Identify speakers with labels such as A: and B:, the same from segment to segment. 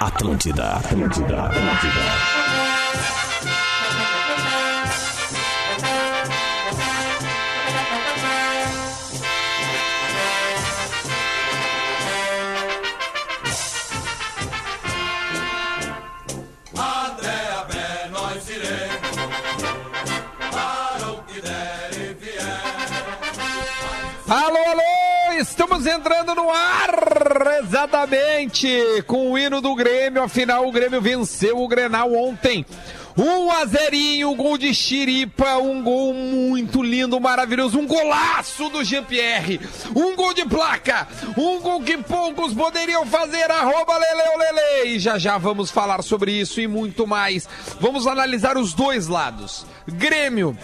A: Atlântida, Atlântida, Atlântida.
B: Andréa Bé, nós iremos para o que der e vier.
C: Alô, alô! Estamos entrando no ar! Exatamente! Com o hino do Grêmio, afinal o Grêmio venceu o Grenal ontem. Um azerinho, um gol de Chiripa, um gol muito lindo, maravilhoso, um golaço do Jean-Pierre, um gol de placa, um gol que poucos poderiam fazer, arroba Leleu Lele. E já já vamos falar sobre isso e muito mais. Vamos analisar os dois lados. Grêmio,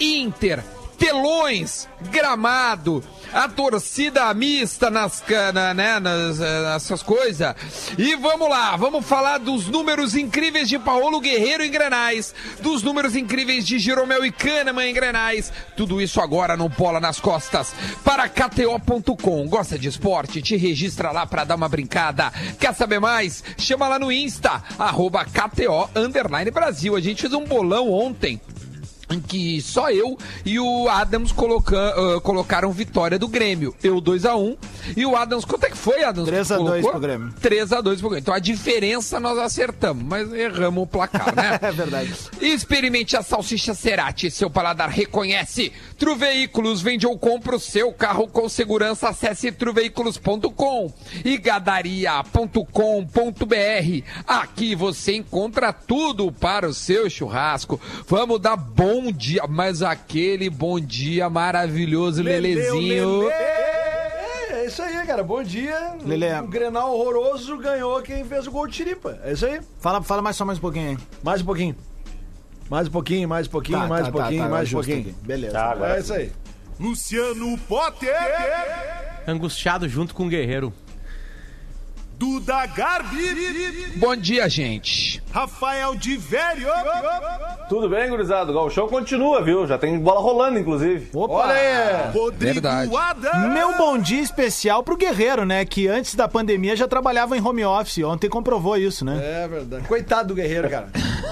C: Inter, telões, gramado, a torcida mista nas canas, né, nas, eh, nessas coisas. E vamos lá, vamos falar dos números incríveis de Paulo Guerreiro em Grenais, dos números incríveis de Jeromel e Kahneman em Grenais. Tudo isso agora no Bola nas Costas. Para KTO.com, gosta de esporte? Te registra lá para dar uma brincada. Quer saber mais? Chama lá no Insta, arroba KTO Underline Brasil. A gente fez um bolão ontem em que só eu e o Adams coloca- ah, colocaram vitória do Grêmio. Eu 2x1 e o Adams, quanto é que foi, Adams?
D: 3 a 2
C: Colocou?
D: pro Grêmio.
C: 3x2 pro Grêmio. Então a diferença nós acertamos, mas erramos o placar, né?
D: É verdade.
C: Experimente a salsicha Cerati, seu paladar reconhece. Truveículos vende ou compra o seu carro com segurança. Acesse truveículos.com e gadaria.com.br. Aqui você encontra tudo para o seu churrasco. Vamos dar bom dia, mas aquele bom dia maravilhoso, Lelezinho.
E: Lelê. É isso aí, cara. Bom dia.
D: Lelê.
E: O Grenal horroroso ganhou quem fez o gol de Chiripa. É isso aí.
D: Fala, fala mais só mais um pouquinho aí.
E: Mais um pouquinho. Mais um pouquinho, mais um pouquinho,
D: Tá,
E: mais
D: tá,
E: um
D: tá,
E: pouquinho,
D: tá,
E: mais um
D: ajusta
E: pouquinho.
D: aqui.
E: Beleza.
F: Tá, agora
E: é isso aí.
B: Luciano Potter,
G: Angustiado junto com o Guerreiro.
B: Duda Garbi,
C: Bom dia, gente.
B: Rafael de Velho.
F: Tudo bem, gurizado? O show continua, viu? Já tem bola rolando, inclusive.
D: Opa!
E: Olha aí.
B: Rodrigo
C: Verdade.
B: Adams.
D: Meu bom Um dia especial pro Guerreiro, né? Que antes da pandemia já trabalhava em home office. Ontem comprovou isso, né?
E: É verdade. Coitado do Guerreiro, cara.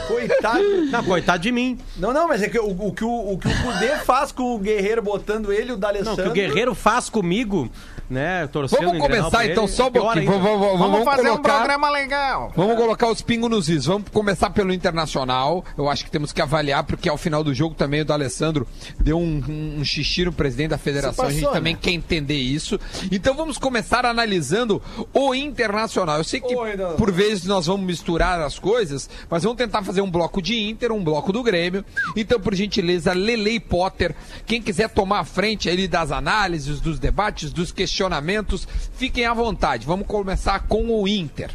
E: Coitado.
G: Não, coitado de mim.
E: Não, não, mas é que o, o que o, o que o Kudê faz com o Guerreiro botando ele, o
G: Não, o
E: D'Alessandro...
G: que o Guerreiro faz comigo, né? Torcendo
C: Vamos
G: em Grenal pra
C: começar
G: ele,
C: então, só um
G: pior
C: pouquinho.
G: ainda.
C: Vamos, vamos, vamos,
B: um
C: colocar...
D: um legal.
C: Vamos colocar os pingos nos is. Vamos começar pelo Internacional. Eu acho que temos que avaliar, porque ao final do jogo também o do Alessandro deu um, um- um xixi no presidente da federação.
E: Se
C: a gente
E: passou,
C: também
E: né?
C: quer entender isso. Então vamos começar analisando o Internacional. Eu sei que
E: Oi, Dona.
C: por vezes nós vamos misturar as coisas, mas vamos tentar fazer um bloco de Inter, um bloco do Grêmio. Então, por gentileza, Lelei Potter, quem quiser tomar a frente ele das análises, dos debates, dos questionamentos, fiquem à vontade. Vamos começar com o Inter.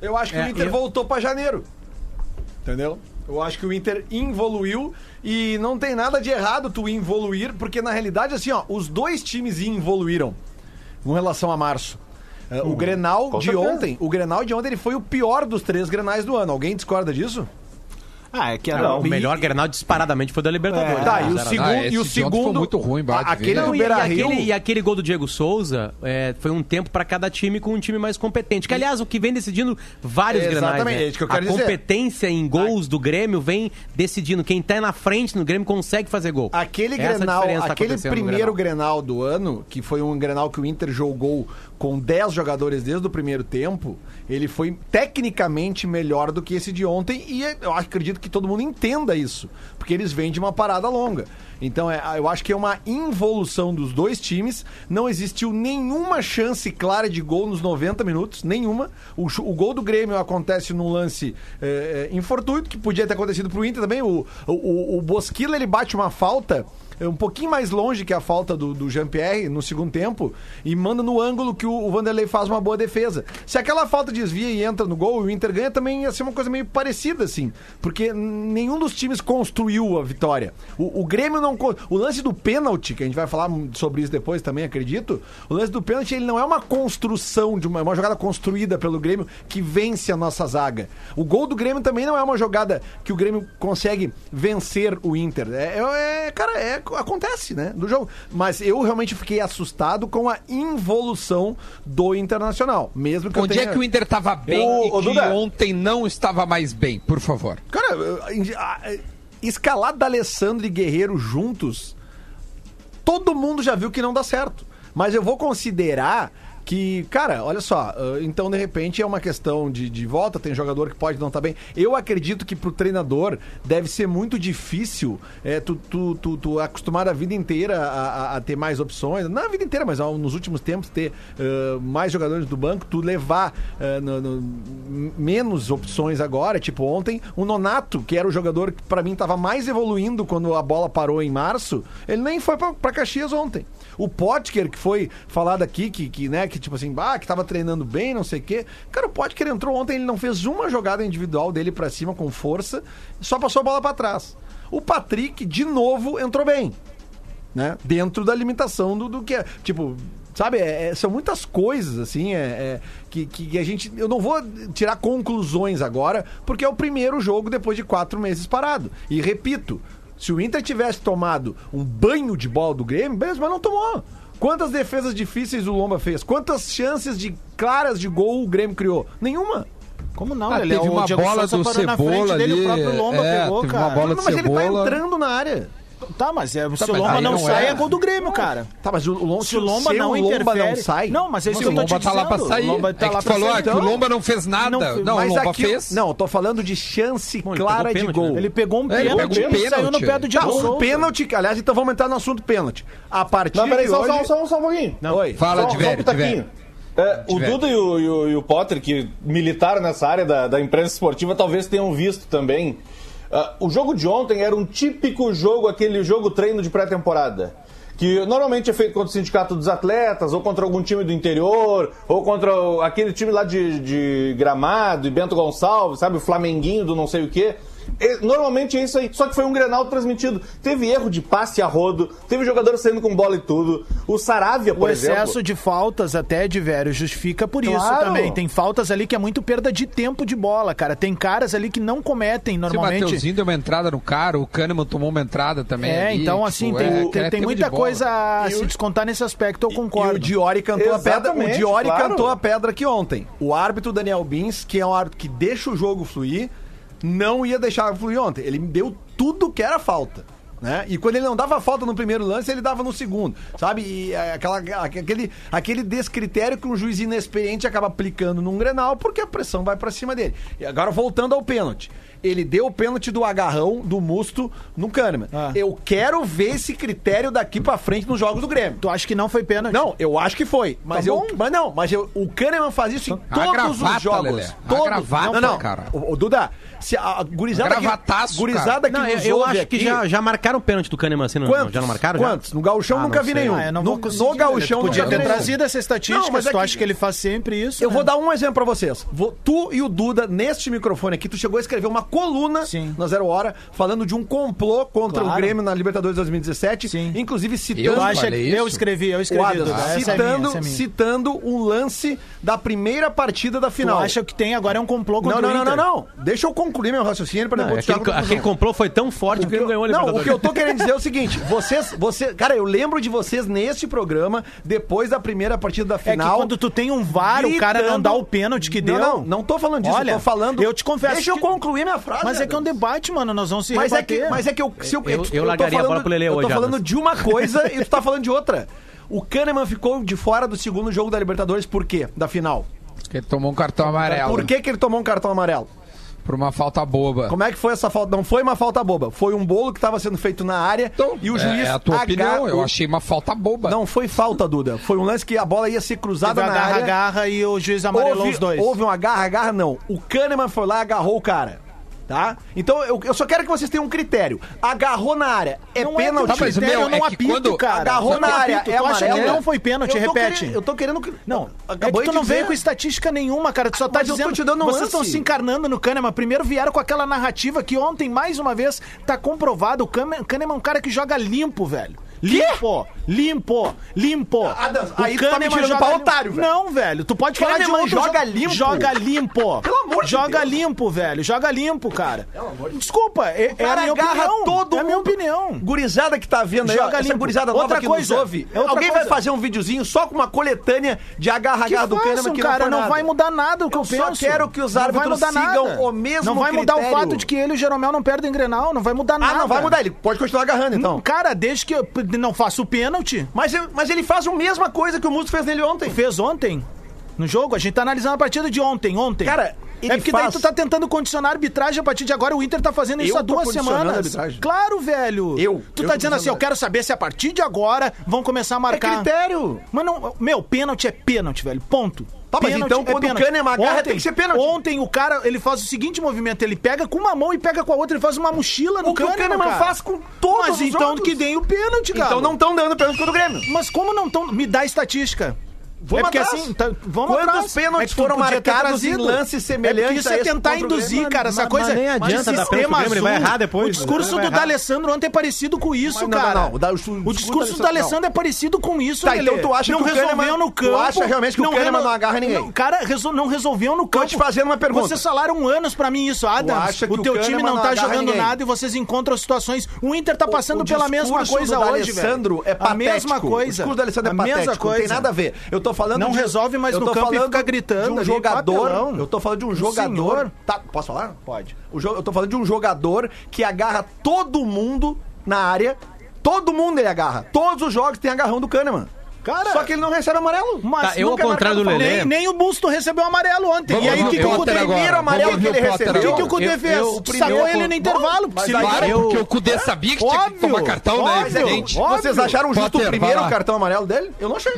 E: Eu acho que
G: É,
E: o Inter
G: eu-
E: voltou pra janeiro. Entendeu? Eu acho que o Inter involuiu e não tem nada de errado tu involuir, porque na realidade, assim, ó, os dois times involuíram com relação a março. É,
G: Uhum.
E: o Grenal de
F: certeza.
E: ontem, o Grenal de ontem ele foi o pior dos três Grenais do ano. Alguém discorda disso?
D: Ah, é que era
G: Não, o melhor Grenal disparadamente foi da Libertadores.
D: É,
G: né?
E: tá, e o
G: Zero a zero.
E: segundo,
C: Ah, esse
E: e o
C: de ontem
E: segundo
C: foi muito ruim, bah, de
E: a-
C: ver,
E: aquele
C: né?
E: do
G: Não, e, e
E: Beira-Rio.
G: aquele, e aquele gol do Diego Souza é, foi um tempo pra cada time com um time mais competente. Que, aliás, o que vem decidindo vários
E: Exatamente,
G: grenais. né?
E: é isso que eu quero
G: a
E: dizer.
G: competência em gols do Grêmio vem decidindo. Quem tá na frente no Grêmio consegue fazer gol.
E: Aquele
G: Essa a
E: Grenal,
G: diferença que tá
E: aquele
G: acontecendo no
E: primeiro
G: Grenal.
E: Grenal do ano, que foi um Grenal que o Inter jogou com 10 jogadores desde o primeiro tempo, ele foi tecnicamente melhor do que esse de ontem e eu acredito que todo mundo entenda isso, porque eles vêm de uma parada longa. Então, é, eu acho que é uma involução dos dois times. Não existiu nenhuma chance clara de gol nos 90 minutos, nenhuma. O, chu- o gol do Grêmio acontece num lance é, é, infortuito, que podia ter acontecido pro Inter também. O, o, o Bosquila ele bate uma falta é, um pouquinho mais longe que a falta do, do Jean-Pierre no segundo tempo e manda no ângulo que o, o Vanderlei faz uma boa defesa. Se aquela falta desvia e entra no gol, o Inter ganha também ia ser uma coisa meio parecida, assim, porque nenhum dos times construiu a vitória. O, o Grêmio não. co- O lance do pênalti, que a gente vai falar sobre isso depois também, acredito. O lance do pênalti, ele não é uma construção de uma, é uma jogada construída pelo Grêmio que vence a nossa zaga. O gol do Grêmio também não é uma jogada que o Grêmio consegue vencer o Inter. É, é- é, cara, é, acontece, né? Do jogo. Mas eu realmente fiquei assustado com a involução do Internacional. Mesmo que eu
H: Onde
E: tenha...
H: é que o Inter estava bem
F: Ô, ô,
H: e que
F: Duda.
H: ontem não estava mais bem, por favor?
E: Cara, eh, a- eh, escalar D'Alessandro e Guerreiro juntos, todo mundo já viu que não dá certo. Mas eu vou considerar que, cara, olha só, eh, então de repente é uma questão de, de volta, tem jogador que pode não estar bem. Eu acredito que pro treinador deve ser muito difícil eh, tu, tu, tu, tu acostumar a vida inteira a, a- a ter mais opções. Não a vida inteira, mas ao- nos últimos tempos ter eh, mais jogadores do banco, tu levar eh, no- no- menos opções agora, tipo ontem, o Nonato, que era o jogador que pra mim tava mais evoluindo quando a bola parou em março, ele nem foi pra- pra Caxias ontem. O Potker, que foi falado aqui, que, que, né, que tipo assim, ah, que tava treinando bem, não sei o quê. Cara, o Potker entrou ontem, ele não fez uma jogada individual dele pra cima com força, só passou a bola pra trás. O Patrick, de novo, entrou bem né? Dentro da limitação do, do que é. Tipo, sabe, é- é- são muitas coisas, assim, é, é, que, que a gente. Eu não vou tirar conclusões agora, porque é o primeiro jogo depois de quatro meses parado. E repito, se o Inter tivesse tomado um banho de bola do Grêmio, beleza, mas não tomou. Quantas defesas difíceis o Lomba fez? Quantas chances de claras de gol o Grêmio criou? Nenhuma.
D: Como não,
H: Ah,
D: Lelé?
H: teve
D: O
H: uma
D: Diego
H: bola
D: Souza
H: do
D: parou na frente
H: Cebola
D: dele,
H: ali,
D: o próprio Lomba
H: é,
D: pegou,
H: teve
D: cara.
H: uma bola
E: Não,
H: de
E: mas ele tá
H: Cebola.
E: entrando na área.
D: Tá, mas é, se o
H: mas
D: Lomba
H: aí
D: não,
H: não
D: sai,
H: é.
D: é. gol do Grêmio, cara.
E: Tá, mas o, o Lomba,
D: Se o Lomba
E: se
D: não
E: o Lomba não
D: interfere-
E: sai.
D: Não, mas é isso
H: Nossa,
D: que eu
H: o
D: tô
H: Lomba
D: te
H: tá lá pra
D: dizendo.
H: sair.
D: O Lomba tá
H: é que
D: lá
H: tu
D: pra
H: falou
D: sair,
H: ah, que
D: então.
H: o Lomba não fez nada. Não,
D: Não,
H: o
E: mas
H: Lomba
E: aqui.
H: fez.
E: Não, eu tô falando de chance
G: Bom, ele pegou
E: clara de
G: pênalti,
E: gol.
G: né?
D: Ele pegou um
H: É, ele
D: pênalti, é.
H: pegou um
D: e saiu no
H: pênalti.
D: pé do
E: Tá,
D: Diego
E: um
D: Souza.
E: pênalti. Aliás, então vamos entrar no assunto pênalti. A partir
F: Não, Tá, peraí,
E: de
F: só,
E: hoje...
F: só, só, só um pouquinho.
E: Não. Oi.
H: Fala,
F: Só- só um
H: Diverio,
F: pitaquinho.
H: Diverio.
F: É, o
H: Diverio.
F: Duda e o, e o- e o Potter, que militaram nessa área da, da imprensa esportiva, talvez tenham visto também. Ah, o jogo de ontem era um típico jogo, aquele jogo treino de pré-temporada. Que normalmente é feito contra o Sindicato dos Atletas, ou contra algum time do interior, ou contra o- aquele time lá de, de Gramado e Bento Gonçalves, sabe? O Flamenguinho do não sei o quê. E, Normalmente é isso aí, só que foi um Grenal transmitido. Teve erro de passe a rodo, teve jogador saindo com bola e tudo. O Saravia, por
D: O
F: exemplo.
D: excesso de faltas até de velho justifica por isso
F: Claro.
D: também. Tem faltas ali que é muito perda de tempo de bola, cara. Tem caras ali que não cometem
H: Se o
D: normalmente.
H: Mateuzinho deu uma entrada no cara, o Kahneman tomou uma entrada também.
D: É,
H: ali,
D: então
H: tipo,
D: assim,
H: é,
D: tem,
H: cara, é
D: tem- tem
H: tempo de
D: muita
H: bola.
D: coisa a se descontar nesse aspecto, eu
E: E
D: concordo.
E: o Diori cantou a pedra. O
F: Exatamente,
E: Diori
F: claro.
E: cantou a pedra aqui ontem. O árbitro Daniel Bins, que é um árbitro que deixa o jogo fluir, não ia deixar fluir ontem. Ele me deu tudo que era falta. Né? E quando ele não dava falta no primeiro lance, ele dava no segundo. Sabe? E é, aquela, aquele, aquele descritério que um juiz inexperiente acaba aplicando num grenal, porque a pressão vai pra cima dele. E agora voltando ao pênalti. Ele deu o pênalti do agarrão do Musto no Kahneman.
F: Ah.
E: Eu quero ver esse critério daqui pra frente nos jogos do Grêmio.
D: Tu acha que não foi pênalti?
E: Não, eu acho que foi. Mas
D: Tá
E: eu.
D: bom.
E: Mas não, mas eu- o Kahneman faz isso em
H: A
E: todos
H: gravata,
E: os jogos.
H: Lelé. A
E: Todos.
H: gravata,
E: não, não.
H: cara.
E: O, o Duda, se a a gurizada.
H: A gravataço,
E: que, gurizada que
G: Não, eu,
E: nos
G: eu
E: ouve
G: acho que
E: aqui-
G: já, já marcaram o pênalti do Kahneman, assim, não, não,
E: Quantos?
G: já não marcaram? já?
E: Quantos? No Gauchão
G: Ah,
E: nunca
G: não
E: vi
G: sei.
E: nenhum.
D: Ah, eu não
E: no,
D: vou conseguir,
E: no Gauchão
D: Tu
E: nunca
D: podia
E: vi
D: ter
E: nenhum.
D: trazido essa estatística,
E: Não, mas
D: se tu
E: é que-
D: acha que ele faz sempre isso.
E: Eu
D: né?
E: vou dar um exemplo pra vocês. Vou- tu e o Duda, neste microfone aqui, tu chegou a escrever uma coluna
D: Sim.
E: na Zero Hora, falando de um complô contra o
D: Claro.
E: Grêmio na Libertadores 2017.
D: Sim.
E: Inclusive
D: Tu
E: citando.
H: Eu
D: acha que-
H: falei isso?
D: eu escrevi, eu
E: O
D: escrevi.
E: Adams,
D: Duda. Essa é minha,
E: citando,
D: essa é minha.
E: citando um lance da primeira partida da
D: Tu
E: final.
D: acha que tem agora é um complô contra
E: Não, não,
D: o
E: não,
D: Inter? é
E: não, não. Deixa eu concluir meu raciocínio para
G: Não,
E: depois tu
G: aquele,
E: chegar à
G: aquele
E: conclusão.
G: complô foi tão forte que ele ganhou a
E: Não, o
G: Libertadores.
E: que eu tô querendo dizer é o seguinte, vocês, você, cara, eu lembro de vocês neste programa depois da primeira partida da
D: É que
E: final.
D: quando tu tem um VAR, o cara não
E: gritando-
D: dá o pênalti que
E: não,
D: deu.
E: não, não tô falando disso,
D: Olha,
E: eu tô falando.
D: eu te confesso
E: Deixa eu
D: que-
E: concluir minha frase.
D: Mas é que é um debate, mano. Nós vamos se
E: mas é
D: rebater.
E: que, mas é que eu, se eu,
G: Eu-
E: é que
G: eu
E: tô
G: largaria a bola pro Lelê
E: eu
G: hoje,
E: tô falando
G: Adams.
E: de uma coisa e tu tá falando de outra. O Kahneman ficou de fora do segundo jogo da Libertadores por quê? Da final.
H: Porque ele tomou um cartão
D: É,
H: amarelo
E: Por que, que ele tomou um cartão amarelo?
H: por uma falta boba.
E: Como é que foi essa falta? Não foi uma falta boba, foi um bolo que estava sendo feito na área
H: Então,
E: e o
H: é-
E: juiz
H: é a tua
E: aga-
H: opinião, eu
E: o-
H: achei uma falta boba.
E: Não foi falta, Duda. Foi um lance que a bola ia ser cruzada
D: Teve
E: na
D: agarra,
E: área.
D: agarra e o juiz amarelou
E: houve,
D: os dois.
E: houve um agarra, agarra não. O Kahneman foi lá e agarrou o cara. Tá? Então eu, eu só quero que vocês tenham um critério. Agarrou na área, é
D: Não é
E: pênalti.
D: teu
H: Tá, mas,
D: critério,
H: meu,
D: eu não
H: é que
D: apito,
H: quando-
D: cara.
E: Agarrou
D: Eu
E: na
D: não
E: área,
D: apito.
E: é
D: Tu acha que
E: amarelo?
D: não foi pênalti?
E: Eu tô
D: Repete.
E: querendo- eu tô querendo que.
D: Não, é
E: acabou
D: que tu não veio com
E: isso.
D: estatística nenhuma, cara. Tu só tá
E: Mas eu
D: dizendo.
E: tô te dando um
D: Vocês
E: lance.
D: estão se encarnando no Kahneman. Primeiro vieram com aquela narrativa que ontem, mais uma vez, tá comprovado. O Kahneman Kahneman é um cara que joga limpo, velho. Limpo, limpo, limpo.
E: Adams, aí tu tá me tirando pra
D: limpo.
E: otário, velho.
D: Não, velho, tu pode falar de
E: Kahneman
D: outro
E: joga
D: jo-
E: limpo.
D: Joga limpo.
E: Pelo amor de
D: Joga
E: Deus.
D: limpo, velho, joga limpo, cara. Desculpa, é, é a
E: cara
D: minha
E: agarra
D: opinião.
E: todo
D: é a minha
E: mundo.
D: opinião.
E: Gurizada que tá vendo aí, ó,
D: Joga
E: essa
D: limpo.
E: gurizada nova
D: Outra
E: que
D: coisa,
E: nos ouve.
D: é outra
E: Alguém vai
D: coisa.
E: fazer um videozinho só com uma coletânea de
D: Que
E: agarra-agarra do Kahneman
D: façam,
E: que
D: cara,
E: foi
D: não
E: nada.
D: vai mudar nada o que eu, penso.
E: só quero que os
D: Não vai
E: árbitros
D: mudar
E: sigam
D: nada.
E: o mesmo
D: Não vai mudar o
E: critério.
D: fato de que ele e o Jeromel não perdem Grenal, não vai mudar
E: Ah,
D: nada.
E: não vai mudar. Ele pode continuar agarrando, então.
D: Cara, desde que eu p- não faça o pênalti,
E: Mas, eu- mas ele faz a mesma coisa que o Musto fez nele ontem.
D: fez ontem no jogo, a gente tá analisando a partida de ontem, ontem.
E: Cara, ele
D: é porque daí
E: faz-
D: tu tá tentando condicionar a arbitragem a partir de agora. O Inter tá fazendo isso
E: Eu
D: há
E: tô
D: duas
E: condicionando a
D: semanas.
E: arbitragem.
D: Claro, velho.
E: Eu-
D: Tu
E: eu
D: tá
E: tô
D: dizendo assim,
E: condicionando.
D: eu quero saber se a partir de agora vão começar a
E: É
D: marcar.
E: critério.
D: Mas não, meu, pênalti é pênalti, velho. Ponto. é
E: Tá, mas então quando o Kahneman agarra, tem que ser pênalti.
D: Ontem o cara, ele faz o seguinte movimento, ele pega com uma mão e pega com a outra, ele faz uma mochila no
E: O que o Kahneman
D: cara.
E: faz com todos
D: Mas
E: os
D: então
E: outros.
D: que dê o pênalti, cara.
E: Então não estão dando pênalti contra o Grêmio.
D: Mas como não estão... Me dá estatística.
E: Vamos
D: é porque
E: atrás.
D: assim, tá, vamos
E: Quantos
D: atrás.
E: pênaltis
D: é que tu
E: foram
D: podia ter
E: marcados em
D: traduzido.
E: lances semelhantes
D: É porque isso
E: a
D: é
E: esse
D: tentar
E: contra o Grêmio.
D: induzir, cara. Essa
G: Mas-
D: coisa...
G: mas nem adianta
D: esse
G: dar pênalti pro
D: sistema
G: Grêmio, ele vai
D: azul,
G: errar depois.
D: O discurso do D'Alessandro ontem é parecido com isso,
E: Mas não,
D: cara.
E: não, não. O da- o discurso
D: O discurso do D'Alessandro é parecido com isso,
E: Tá,
D: Lelê.
E: então tu acha
D: não
E: que o
D: resolveu
E: Kahneman-
D: no
E: tu
D: campo.
E: acha realmente que o Kahneman
D: reno-
E: não agarra ninguém?
D: Não, cara, resol- não resolveu no campo.
E: te fazendo uma pergunta.
D: Vocês falaram um anos pra mim isso, Adams.
E: acha que
D: O
E: o
D: teu
E: Kahneman
D: time não
E: não
D: tá
E: agarra
D: jogando
E: ninguém?
D: nada e vocês encontram situações. O Inter tá passando
E: O
D: pela mesma
E: discurso
D: coisa
E: do
D: hoje, velho.
E: Alessandro é
D: A
E: patético.
D: mesma coisa.
E: O discurso do Alessandro é
D: a
E: patético.
D: mesma coisa.
E: Não tem nada a ver. Eu tô falando um-
D: Não resolve, mas
E: eu
D: no
E: tô
D: campo ele
E: falando
D: fica gritando
E: de um
D: ali,
E: jogador.
D: papelão.
E: Eu tô falando de um jogador.
D: senhor.
E: Tá, posso falar?
D: Pode.
E: O jo- eu tô falando de um jogador que agarra todo mundo na área. Todo mundo ele agarra. Todos os jogos tem agarrão do Kahneman.
D: Cara-
E: Só que ele não recebe amarelo.
D: Mas
G: Tá, eu, ao
D: nunca é
G: contrário do
D: marcado
G: Lelê-
D: falta. Nem, nem o Busto recebeu amarelo ontem. e aí, o que, que
E: eu
D: o
E: Potter
D: Cudê
E: agora. primeiro amarelo que ele recebeu?
D: O que, que o
G: Eu-
D: Cudê
G: eu-
D: fez?
G: o
D: Sacou
G: primeiro-
D: ele no intervalo.
E: Mas
D: se
E: aí-
D: liga.
E: Cara,
H: Claro, porque o Cudê sabia que tinha que
D: óbvio,
H: tomar cartão, né?
D: óbvio.
H: Evidente.
D: Óbvio.
E: Vocês acharam justo
H: Potter,
E: o primeiro
H: vai lá.
E: cartão amarelo dele? Eu não achei.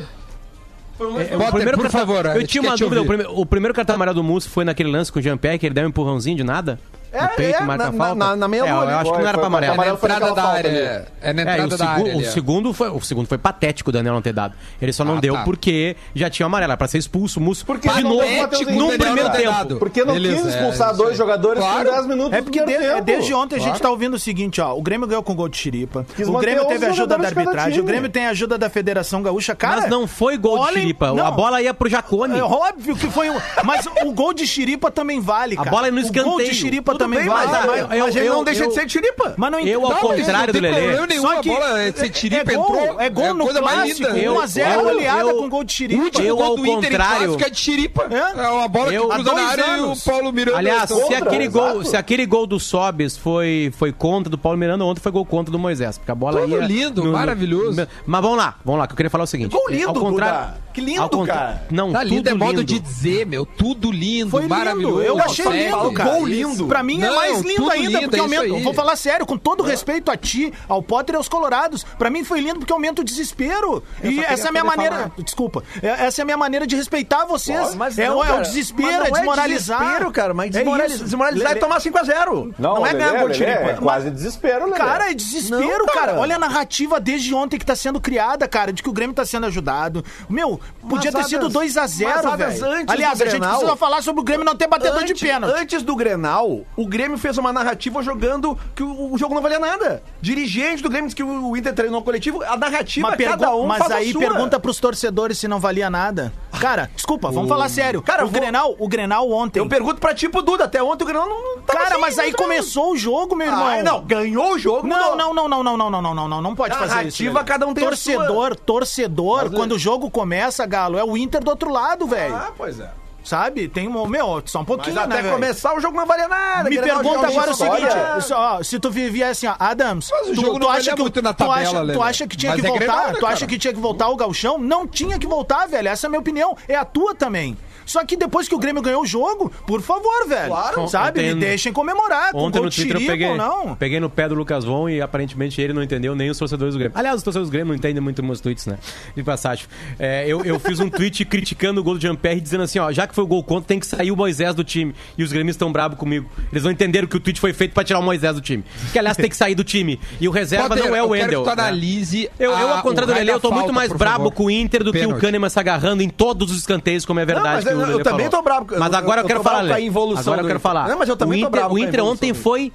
G: É, o
H: Potter,
G: primeiro
H: por
G: cartão-
H: favor, a
G: Eu
H: gente
G: tinha
H: quer
G: uma
H: te
G: dúvida. O,
H: ouvir.
G: prime- o primeiro cartão amarelo do Musso foi naquele lance com o Jean Pierre, que ele deu um empurrãozinho de nada. no peito, marca
E: É,
G: a
E: na,
G: falta.
E: na- na meia
G: é, eu
E: lua. ali.
G: acho que não
F: Foi,
G: era
F: foi,
G: pra amarelo.
F: foi
H: Na
F: amarelo pra
H: entrada
F: aquela
H: da
F: falta ali.
H: área. É na
G: É, e o,
H: entrada da
G: segu-
H: área.
G: o
H: ali, ó.
G: segundo foi, o segundo foi patético o Daniel não ter dado. Ele só não
H: Ah,
G: deu
H: tá.
G: porque já tinha o amarelo, era pra ser expulso, o Musso.
F: Porque
G: de
F: não
G: novo,
F: deu
H: tipo,
F: pra ter o
G: num
F: Daniel
G: primeiro
F: ter
G: tempo.
H: dado.
F: Porque não
H: Beleza,
F: quis
H: é,
F: expulsar
H: isso
F: dois
H: aí.
F: jogadores
H: Claro.
F: com 10 minutos
D: É
F: do
D: porque
F: primeiro
D: de- é
F: tempo.
D: desde ontem a gente
H: Claro.
D: tá ouvindo o seguinte, ó. O Grêmio ganhou com gol de xiripa.
F: Quis
D: o Grêmio
F: manter
D: teve
F: onze
D: ajuda
F: jogadores
D: da
F: de cada
D: arbitragem. O
F: time.
D: Grêmio tem ajuda da Federação Gaúcha. Cara,
G: Mas não foi gol de
D: olhem-
G: Chiripa.
D: não.
G: A bola ia pro Jacone.
D: É óbvio que foi um. Mas o gol de xiripa também vale,
G: A
D: cara.
G: bola é no
D: O gol de
G: escanteio.
D: xiripa
G: Tudo
D: também
E: Bem,
D: vale.
E: mas, mas,
G: eu- eu-
E: mas ele não
G: eu-
E: deixa
G: eu-
E: de ser tiripa.
D: Mas não
G: Eu,
D: entendo.
G: ao
H: Não, mas
G: contrário
H: não
G: do
H: tem
G: Lelê.
H: problema nenhum,
D: Só
H: a
D: que
H: bola é- se tiripa,
D: é gol,
H: entrou,
D: É gol
H: é
D: no
H: coisa mais
D: clássico.
H: linda.
D: 1x0
G: Eu-
D: goleada
G: eu-
D: com gol de
H: O
D: xiripa.
H: último
G: Eu,
H: gol
G: ao
H: do Inter em
G: contrário-
H: clássico é de xiripa.
D: É?
H: É uma bola que
G: Eu- há
H: cruza na
D: dois
H: área
D: anos.
H: e o Paulo Miranda...
G: Aliás,
E: é
H: então-
G: se aquele, gol,
F: exato.
G: se aquele gol do Sobes foi, foi contra do Paulo Miranda, ontem foi gol contra do Moisés. Porque a bola
H: Tudo
G: ia.
H: lindo, maravilhoso.
G: mas vamos lá, vamos lá, que eu queria falar o seguinte.
E: Gol lindo,
G: ao contrário,
E: Duda. Que lindo,
G: ao contra-
E: cara.
G: Não,
H: Tá lindo,
G: um tudo
H: é modo
G: lindo.
H: de dizer, meu. Tudo lindo,
D: Foi lindo,
H: maravilhoso.
D: eu achei
H: segue.
D: lindo,
E: cara. Gol lindo.
D: Pra mim é
H: Não,
D: mais lindo
H: tudo
D: ainda,
H: lindo,
D: porque
H: é isso
D: aumenta.
H: aí. É.
D: Vou falar sério, com todo respeito a ti, ao Potter e aos colorados. Pra mim foi lindo porque aumenta o desespero. e essa é a minha
E: poder
D: maneira.
E: falar.
D: Desculpa. É- Essa é a minha maneira de respeitar vocês.
E: Claro, mas
D: é,
E: não,
D: o- é o
E: cara. Mas
D: desespero,
E: não
D: é desmoralizar.
E: desespero, cara, mas
D: É
E: desmoraliza-
D: isso.
E: desmoralizar
D: Lelê-
E: é tomar 5x0.
F: Não,
E: é ganhar gol de
F: Lelê, É
E: xiripa.
F: quase desespero, Lelê.
D: Cara, é desespero,
E: Não, cara.
D: cara. Olha a narrativa desde ontem que tá sendo criada, cara, de que o Grêmio tá sendo ajudado. Meu, podia ter
E: Mas,
D: sido
E: Adams,
D: 2 a 0
E: mas, Adams,
D: velho.
E: antes
D: Aliás,
E: do
D: a gente
E: Grenal-
D: precisa falar sobre o Grêmio não ter batedor
E: Antes,
D: de pênalti.
E: antes do Grenal, o Grêmio fez uma narrativa jogando que o, o jogo não valia nada. Dirigente do Grêmio disse que o Inter treinou coletivo, a narrativa
D: Mas, pergu-
E: cada um
D: mas
E: faz a
D: aí
E: sua.
D: pergunta pros torcedores se não valia nada. Cara, desculpa, vamos falar sério.
E: Hum. Cara,
D: Cara,
E: eu
D: o
E: vou-
D: Grenal, o Grenal ontem.
E: Eu pergunto pra tipo Duda, até ontem o Grenal não tava
D: Cara,
E: assim,
D: mas aí
E: não-
D: começou o jogo, meu irmão.
E: Ah, não, ganhou o jogo,
D: Não,
E: mudou.
D: não, não, não, não, não, não, não, não, não, não pode fazer isso.
E: Narrativa,
D: velho.
E: cada um tem a
D: torcedor, torcedor,
F: Mas,
D: quando o jogo começa, Galo, é o Inter do outro lado, velho.
E: Ah, pois é.
D: Sabe? Tem um, meu, só um
E: Mas
D: pouquinho, né,
E: até
D: velho?
E: começar o jogo não valia nada.
D: Me
E: Grenal, jogo
D: pergunta
E: de
D: agora o
E: história.
D: seguinte, só, ó, se tu vivia assim, ó, Adams,
H: Mas o
D: tu,
H: jogo
D: tu
H: não
D: acha
H: valia
D: que
H: muito na
D: tu
H: tabela,
D: acha,
H: Lelê.
D: tu acha que tinha
H: Mas
D: que
H: é
D: voltar?
H: Grenal, né,
D: tu acha
H: cara?
D: que tinha que voltar o galchão? Não tinha que voltar, velho. Essa é a minha opinião. É a tua também. Só que depois que o Grêmio ganhou o jogo, por favor, velho.
E: Claro.
D: Sabe?
G: Ontem-
D: Me deixem comemorar. com
G: Ontem
D: gol
G: no
D: de
G: Twitter eu
D: Chiripa
G: peguei,
D: ou não.
G: peguei no pé do Lucas Von e aparentemente ele não entendeu nem os torcedores do Grêmio. Aliás, os torcedores do Grêmio não entendem muito meus tweets, né? De passagem. É, eu, eu fiz um tweet criticando o gol do Jean Pierre, dizendo assim, ó, já que foi o gol contra, tem que sair o Moisés do time. E os Grêmios estão bravos comigo. Eles não entenderam que o tweet foi feito pra tirar o Moisés do time. Que, aliás, tem que sair do time. E o reserva
H: Potter,
G: não é o
H: eu quero
G: Wendel.
H: que tu
G: né?
H: analise
G: Eu, eu
E: Ah,
H: a-
G: ao contrário
H: o
G: do Lelê,
H: raio
G: eu tô
H: da
G: muito
H: falta,
G: mais
H: por
G: brabo
H: favor.
G: com o Inter do que o
H: Pênalti.
G: Kahneman se agarrando em todos os escanteios, como é verdade.
E: mas eu-
G: que o
E: eu
G: Lelê falou.
E: também tô brabo, eu-
G: Mas agora eu,
E: eu tô
G: quero
E: brabo
G: falar,
E: com a
G: Lelê.
E: evolução
G: Agora eu
E: do
G: quero
E: Inter.
G: falar.
E: Não, mas eu também
G: o
E: tô
G: Inter,
E: brabo
G: o
E: com a
G: Inter
E: evolução
G: ontem
E: do Inter.
G: foi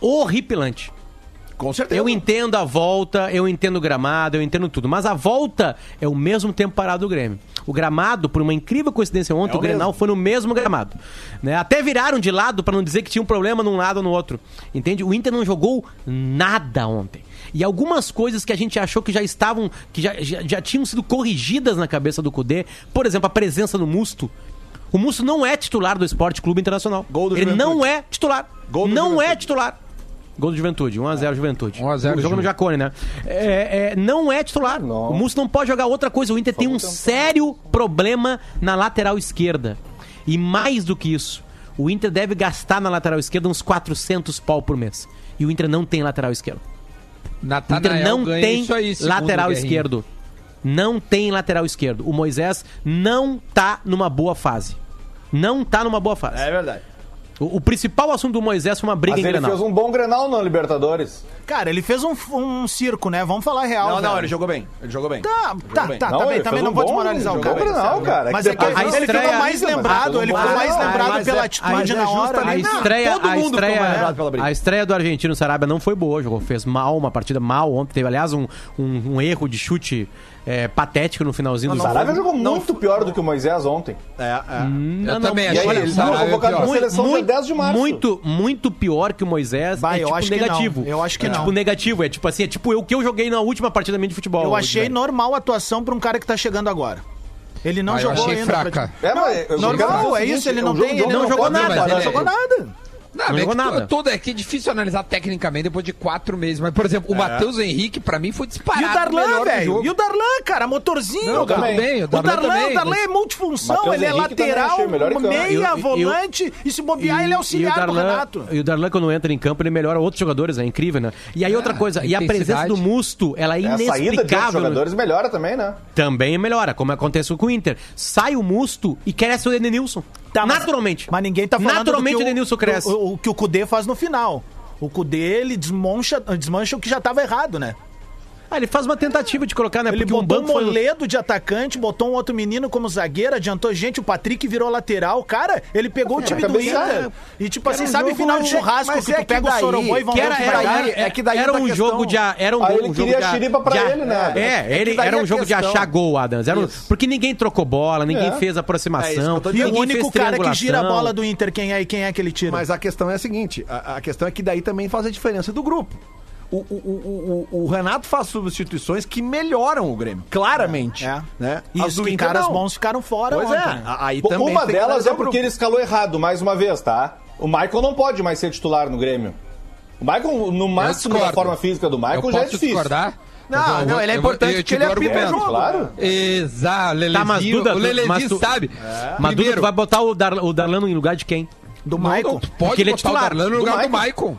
G: horripilante.
E: Com certeza.
G: Eu entendo a volta, eu entendo o gramado, eu entendo tudo. Mas a volta é o mesmo tempo parado do Grêmio. O gramado, por uma incrível coincidência ontem,
E: É o
G: o, Grenal
E: mesmo.
G: foi no mesmo gramado. né? Até viraram de lado para não dizer que tinha um problema num lado ou no outro. Entende? O Inter não jogou nada ontem. E algumas coisas que a gente achou que já estavam, que já, já, já tinham sido corrigidas na cabeça do Cudê. Por exemplo, a presença do Musto. O Musto não é titular do Esporte Clube Internacional.
E: Gol do
G: Ele
E: Juventude.
G: não é titular.
E: Gol do
G: não é
E: Juventude.
G: titular. Gol do Juventude, 1x0 Juventude.
C: 1x0
G: O jogo no
C: Ju.
G: Jacone, né? É, é, não é titular. O Musso não pode jogar outra coisa. O Inter tem um sério problema na lateral esquerda. E mais do que isso, o Inter deve gastar na lateral esquerda uns 400 pau por mês. E o Inter não tem lateral esquerdo. O Inter
C: Natanael
G: não
C: Tá ganha
G: tem
C: isso aí, segundo
G: lateral
C: o Guerrinha.
G: esquerdo. Não tem lateral esquerdo. O Moisés não tá numa boa fase. Não tá numa boa fase.
E: É verdade.
G: O, o principal assunto do Moisés foi uma briga
F: Mas
G: em
F: ele
G: Grenal.
F: fez um bom Grenal na Libertadores.
D: Cara, ele fez um, um circo, né? Vamos falar real.
E: Não, não,
D: velho.
E: ele jogou bem. Ele jogou bem.
D: Tá, tá,
E: bem.
D: tá,
F: Não,
D: também,
F: ele
D: também
F: fez
D: não
F: um
D: vou
F: bom
D: desmoralizar o
F: jogo,
D: cara.
F: Grenal, cara.
D: Mas é que
F: Depois-
G: A
D: ele
G: estreia-
D: fica mais
F: Mas-
D: lembrado, ele ficou
E: Ah,
D: mais
E: não,
D: lembrado
E: mas
D: pela
E: é-
D: atitude
E: mas é
D: na
E: justo
D: hora.
E: ali.
G: A
E: Não,
G: estreia,
E: todo
G: a
E: mundo ficou
G: estreia,
E: maravilhado pela briga.
G: a estreia do argentino Sarabia não foi boa, jogou, fez mal, uma partida mal ontem. Teve, aliás, um, um, um erro de chute é, patético no finalzinho do
F: O
G: jogo.
F: Sarabia jogou muito pior do que o Moisés ontem.
E: É,
C: Eu também
F: E aí,
C: achei
F: ele
C: que Sarabia
D: tá
F: foi convocado
C: pior.
F: pra seleção dia
G: muito,
F: 10 de março.
G: muito, muito pior que o Moisés.
D: Bah,
G: é
D: eu
G: tipo
D: acho que
G: negativo.
D: não, eu acho que
G: é
D: não.
G: tipo negativo, é tipo assim, é tipo eu que eu joguei na última partida minha de futebol. Né?
D: Eu
G: hoje,
D: achei
G: velho.
D: normal a atuação pra um cara que tá chegando agora. Ele não
C: Ah, eu
D: jogou
C: achei
D: ainda.
C: fraca.
D: praticamente.
F: É, mas eu
D: normal,
F: quero dizer o
D: é
F: seguinte,
D: isso, ele
F: o
D: não
F: jogo
D: tem-
F: de ontem
D: ele é
G: não
F: não
G: jogou
F: pode
G: nada,
F: comparar,
G: né?
F: né?
D: Não jogou nada.
C: Não,
G: Não
C: é
G: jogou
C: que to-
G: nada.
C: Todo é que é difícil analisar tecnicamente depois de quatro meses. Mas, por
G: É.
C: exemplo, o Matheus Henrique, pra mim, foi disparado.
D: E o
C: melhor
D: Darlan,
C: do
D: velho?
C: jogo.
D: E o Darlan, cara, motorzinho,
F: Não,
D: cara.
F: também.
C: Bem,
D: O Darlan, o Darlan,
C: também.
D: é multifunção,
F: Matheus
D: ele é
F: Henrique também
D: lateral,
F: achei o melhor em campo.
D: meia,
G: Eu- eu-
D: volante, e se bobear,
G: E-
D: ele
G: e
D: é auxiliar
G: o Darlan-
D: do Renato.
G: E o Darlan, quando entra em campo, ele melhora outros jogadores, é incrível, né? E aí, outra coisa, e a presença
C: intensidade.
G: do Musto, ela é
F: É, A saída de outros
G: inexplicável. no-
F: jogadores melhora também, né?
G: Também melhora, como aconteceu com o Inter. Sai o Musto e cresce o Edenilson.
D: Tá, mas-
G: Naturalmente.
D: Mas ninguém tá falando
G: Naturalmente
D: do
G: o
D: que
G: Edenilson cresce.
D: O, o- o que o Cudê faz no final. O Cudê, ele desmancha, desmancha o que já tava errado, né?
G: Ah, ele faz uma tentativa de colocar, né?
D: Ele
G: Porque um
D: botou um,
G: banco foi-
D: moledo de atacante, botou um outro menino como zagueiro, adiantou gente, o Patrick virou lateral. Cara, ele pegou
E: É,
D: o time do
F: acabei-
D: Inter.
F: cara,
D: E tipo assim,
E: um
D: sabe
E: jogo-
D: final de churrasco
E: mas
D: que
E: é
D: tu
E: que
D: pega o
E: daí-
D: Sorobô e vão
G: Que
D: ver o
G: era,
D: que
G: era,
D: vai dar?
G: era,
E: é que daí
G: era
E: entra a
G: um
E: questão-
G: jogo de. a- Era um,
F: Aí ele
G: um jogo
F: queria
G: de a-
F: chiripa pra
G: de a-
F: ele, né?
G: É,
E: que
G: ele
E: daí
G: era um
E: a
G: jogo de
E: questão-
G: achar gol, Adams. Era um-
E: Isso.
G: porque ninguém trocou bola, ninguém
F: É.
G: fez
E: É isso que
G: aproximação.
E: eu tô
D: E
E: dizendo.
D: o
G: ninguém
D: único
G: fez
D: cara que
G: triangulação.
D: gira a bola do Inter, quem é e quem é que ele tira?
E: Mas a questão é a seguinte: a, a questão é que daí também faz a diferença do grupo. O, o- o- o- o- o Renato faz substituições que melhoram o Grêmio, claramente.
D: É.
E: Né?
D: E
E: As
D: os
E: do Inter,
D: caras
E: não.
D: bons ficaram fora
E: Pois é,
D: ontem, né?
E: a- aí
F: Pô,
E: também.
F: uma
E: tem que
F: delas
E: analisar
F: é
E: o
F: porque ele
E: grupo.
F: escalou errado, mais uma vez, tá? O Michael não pode mais ser titular no Grêmio. O Michael, no
C: Eu
F: máximo da
C: discordo.
F: forma física do Michael,
C: Eu
F: já é
C: posso
F: difícil.
C: discordar? Ah, mas
E: Não,
C: eu
E: não,
C: vou-
E: ele é
C: eu vou-
E: importante
C: eu
E: porque
C: te
E: ele
C: dou
E: apita o
C: argumento.
E: jogo.
F: Claro.
C: Exato, Lelezinho.
G: Tá, mas Duda,
C: o
G: tu- mas
C: Lelezinho
G: tu-
C: sabe.
F: É.
G: Mas Duda, tu
C: Primeiro,
G: vai botar o, Dar, o Darlan em lugar de quem?
D: Do
C: não, tu
D: Michael.
G: Porque
C: pode
G: ele é
C: botar o
G: titular.
C: Darlan no
G: Do Tá.
C: lugar do Maicon.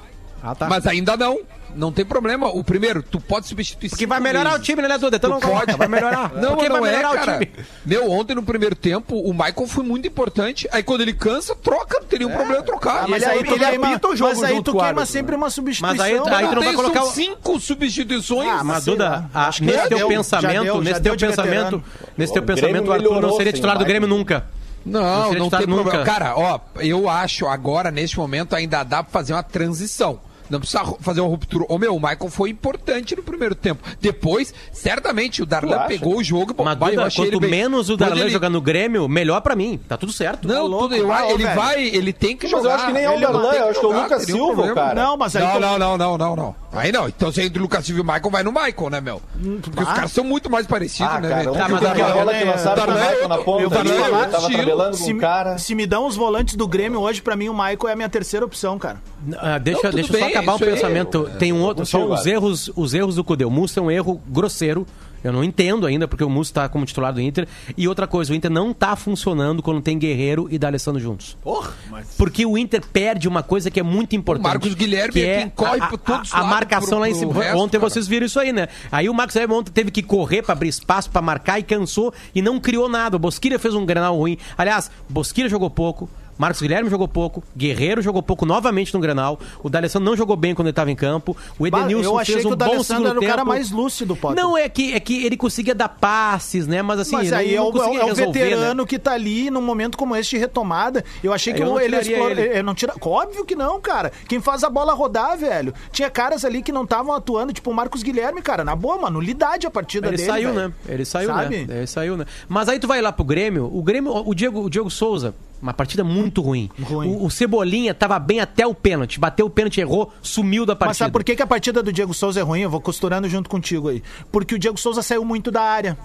C: Mas ainda não. Não tem problema. O primeiro, tu pode substituir
G: Porque
C: cinco
G: vai melhorar o
C: vezes.
G: time, né, Duda? Então não coloca, vai melhorar.
C: Não,
G: Porque
C: não
G: vai melhorar
C: é,
G: o
C: cara.
G: time.
C: Meu, ontem no primeiro tempo, o Michael foi muito importante. Aí quando ele cansa, troca. Não
G: É.
C: teria um problema trocar.
D: Ah, mas
E: Ele
D: aí tu
E: apita o
D: queima,
E: jogo
D: mas aí
E: junto
D: tu
E: com o
D: queima
E: árbitro,
D: sempre uma substituição.
G: Mas aí-
D: né?
G: aí tu não vai
C: Tem,
G: colocar um o-
C: São cinco substituições.
D: Ah,
G: Mas,
D: sei
G: Duda,
D: lá.
C: né?
G: a-
D: Acho que já
G: nesse teu
D: deu, já
G: pensamento,
D: deu, já
G: nesse
D: deu
G: teu
D: de
G: pensamento,
D: veterano.
G: nesse teu
F: O
G: pensamento,
F: Grêmio
G: o Arthur não
F: melhorou
G: seria
F: sem
G: titular do
F: Michael.
G: Grêmio nunca. Não
C: Não,
G: seria
C: não
G: titular
C: tem problema.
G: tá nunca.
C: Cara, ó, eu acho agora, neste momento, ainda dá pra fazer uma transição. Não precisa ru- fazer uma ruptura. Ô meu, o Michael foi importante no primeiro tempo. Depois, certamente, o Darlan
F: acha?
C: pegou o jogo.
G: Mas,
C: Bah, eu
G: Duda,
C: achei ele
G: quanto
C: bem-
G: menos o
C: Quando
G: Darlan
C: ele-
G: jogar Ah, no Grêmio, melhor pra mim. Tá tudo certo.
C: Não, tudo, eu-
D: vai,
C: ele
D: velho.
C: vai, ele tem que
F: Mas
C: jogar.
F: eu acho que nem é o
C: Ele
F: Darlan,
C: tem
F: eu acho que é o
C: jogar,
F: Lucas
C: teria um
F: Silva,
C: problema.
F: cara.
D: Não, mas aí
C: não,
D: tu-
C: não, não, não, não, não. Aí não. Então, se entre o Lucas Silva e o Michael, vai no Michael, né, meu? Porque os
D: Ah.
C: caras são muito mais parecidos,
F: Hum, Ah,
C: né,
F: cara,
G: Tá,
C: velho?
F: ontem o
G: mas aquela
F: Guardiola
D: bola
F: que
D: é-
F: lançaram pro
C: Darlan é
F: Michael na
C: outro-
F: ponta, né?
C: eu vou te falar,
F: ele tava
C: estilo.
F: tabelando com
D: Se,
F: o cara.
D: se me dão os volantes do Grêmio hoje, pra mim o Michael é a minha terceira opção, cara.
G: Ah, deixa
C: Não, tudo
G: deixa eu só
C: bem,
G: acabar o
C: isso aí,
G: pensamento. Tem um outro. Só
F: contigo,
G: os
F: Adam.
G: erros, os erros do Cudê. O Musso é um erro grosseiro. Eu não entendo ainda, porque o Musso tá como titular do Inter. E outra coisa, o Inter não tá funcionando quando tem Guerreiro e D'Alessandro juntos.
E: Porra, mas-
G: Porque o Inter perde uma coisa que é muito importante.
C: O Marcos Guilherme
G: que
C: é
G: é
C: quem corre
G: a,
C: por todos
G: a, a
C: lados,
G: marcação
C: pro-
G: lá em
C: pro
G: cima.
C: resto,
G: ontem
C: cara.
G: vocês viram isso aí, né? Aí o Marcos Guilherme ontem teve que correr pra abrir espaço, pra marcar e cansou e não criou nada. O Bosquilha fez um granal ruim. Aliás, o Bosquilha jogou pouco. Marcos Guilherme jogou pouco, Guerreiro jogou pouco novamente no Grenal, o D'Alessandro não jogou bem quando ele estava em campo, o
D: Bah,
G: Edenilson
D: eu achei
G: fez
D: que
G: um
D: o
G: bom
D: D'Alessandro
G: segundo
D: era o
G: tempo.
D: cara mais lúcido, Potter.
G: Não, é que, é que ele conseguia dar passes, né? Mas assim,
D: Mas
G: ele
D: aí é
G: não
D: o,
G: conseguia
D: é o
G: resolver, né?
D: veterano que tá ali num momento como esse de retomada. Eu achei
G: É,
D: que
G: eu
D: o-
G: não
D: ele,
G: tiraria
D: explora,
G: ele.
D: eh, não tira. Óbvio que não, cara. Quem faz a bola rodar, velho. Tinha caras ali que não estavam atuando, tipo o Marcos Guilherme, cara. Na boa, mano. Lidade a partida
G: Ele
D: dele.
G: saiu,
D: velho.
G: né? Ele saiu,
D: Sabe?
G: né? Ele saiu, né? Mas aí tu vai lá pro Grêmio, o Grêmio, o Diego, o Diego Souza, uma partida muito ruim.
D: Ruim.
G: O, o Cebolinha tava bem até o pênalti, bateu o pênalti, errou, sumiu da partida.
D: Mas sabe por que, que a partida do Diego Souza é ruim? Eu vou costurando junto contigo aí. Porque o Diego Souza saiu muito da área.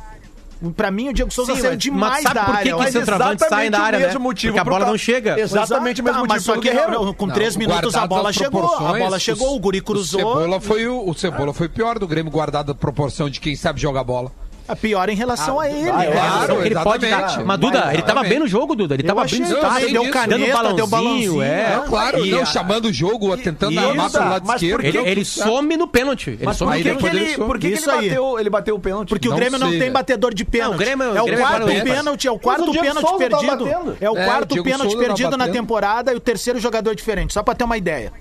D: Pra mim, o Diego Souza
G: Sim,
D: saiu
G: mas-
D: demais
G: mas sabe
D: da
G: por que
D: área.
G: que
D: Olha,
G: o centroavante sai da área, né? Porque a bola não chega.
E: Exatamente
G: Tá,
E: o
D: Exato.
E: mesmo
D: Ah, mas
E: motivo
D: só
E: do
D: que
E: Guerreiro.
D: eu- com
E: Não,
D: três minutos a
C: guardadas
D: bola
C: as
D: chegou, a
C: proporções,
D: bola chegou, o Guri cruzou.
C: O Cebola foi o, o Cebola foi o pior do Grêmio, guardado a proporção de quem sabe jogar bola.
D: É pior em relação a ele.
F: ah,
D: né?
F: eu acho
G: Claro, ele pode dar.
C: exatamente.
G: Mas Duda, ele tava
C: Exatamente.
G: bem no jogo, Duda. Ele tava bem
D: achei,
G: disputado,
C: eu sei
G: deu
C: disso.
G: caneta, deu
D: Deu
G: balãozinho,
D: balãozinho,
G: é.
D: né?
C: Claro,
G: E
C: não
G: a-
C: chamando o jogo, tentando armar pro lado
E: mas por
C: esquerdo.
E: que
G: Ele, ele some no pênalti. Ele some
C: por
G: no
C: que
G: pênalti.
C: que ele-
E: Por que, que ele,
D: Isso aí.
E: bateu, ele bateu o pênalti?
D: Porque o
C: Não
D: Grêmio não
C: sei,
D: tem
C: né?
D: batedor de pênalti.
G: Não, o Grêmio-
D: é
G: o
D: o
G: Grêmio
D: quarto
G: bateu.
D: pênalti, é o
F: Mas
D: quarto
F: o Diego
D: pênalti
F: Souza tá
D: perdido.
F: batendo.
D: é o
C: É, o
D: quarto
C: Diego
D: pênalti
C: Souza tá
D: perdido na
C: batendo.
D: temporada e o terceiro jogador diferente, só pra ter uma ideia.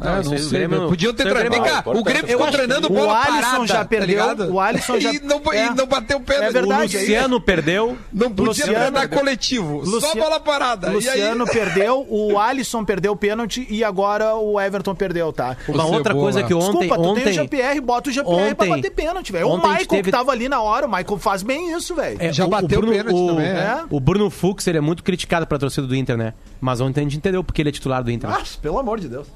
C: Ah,
G: isso
C: não
G: aí, o
C: sei,
G: Grêmio-
C: meu. Podiam ter
G: isso aí o
C: treinado.
D: é
G: Grêmio-
C: Vem cá,
F: Ah,
C: o Grêmio ficou treinando
D: O
C: bola
D: Alisson
C: parada.
D: já
C: tá
D: perdeu,
C: ligado?
D: o Alisson já-
C: E não,
D: É.
C: e não bateu pênalti.
D: É verdade,
G: O
D: é
G: Luciano perdeu.
C: Não podia
D: Luciano-
C: treinar coletivo, só
D: Luciano-
C: bola parada.
D: Luciano perdeu, o Alisson perdeu o pênalti e agora o Everton perdeu, tá?
G: Uma outra
C: Cebola.
G: coisa que ontem...
D: Desculpa, tu tem um o
G: ontem
D: GPR, bota o GPR pra
G: ontem-
D: bater pênalti, velho. O
G: ontem a gente
D: Michael
G: teve-
D: que tava ali na hora, o Michael faz bem isso, velho.
G: É,
C: Já bateu
G: Bruno-
C: pênalti também,
D: é.
G: O Bruno Fux, ele é muito criticado pela torcida do Inter, né? Mas ontem a gente entendeu porque ele é titular do
C: Ah.
G: Inter. né?
E: Nossa, pelo amor de Deus.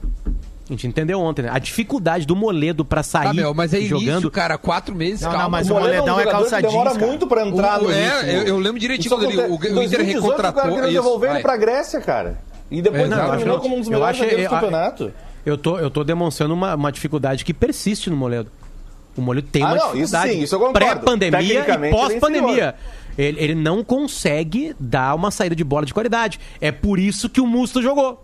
G: A gente entendeu ontem, né? A dificuldade do Moledo pra sair
C: Ah, meu, mas é início,
G: jogando.
C: cara, quatro meses,
D: Não,
C: calma.
D: não, mas o
F: Moledo um
D: moledão é
F: jogador que
D: calça jeans,
F: Demora
D: cara.
F: muito pra entrar
C: O-
F: no
C: é,
F: ritmo.
C: eu- eu lembro direitinho
F: Isso
C: quando ele-
F: acontece-
C: o- o Inter
F: 2018 O cara
C: recontratou,
F: queria
C: isso,
F: devolver ele
C: vai.
F: pra Grécia, cara. E depois
C: É,
F: ele
C: não, acho
F: terminou
C: que-
F: como um dos
G: eu
F: melhores
G: acho-
F: zagueiros do
G: eu-
F: campeonato.
G: Eu tô, eu tô demonstrando uma, uma dificuldade que persiste no Moledo. O Moledo tem
F: Ah,
G: uma
F: não, isso
G: dificuldade.
F: sim, isso eu concordo.
G: Pré-pandemia e
F: Tecnicamente, ele é
G: pós-pandemia. Ele, ele não consegue dar uma saída de bola de qualidade. É por isso que o Musto jogou.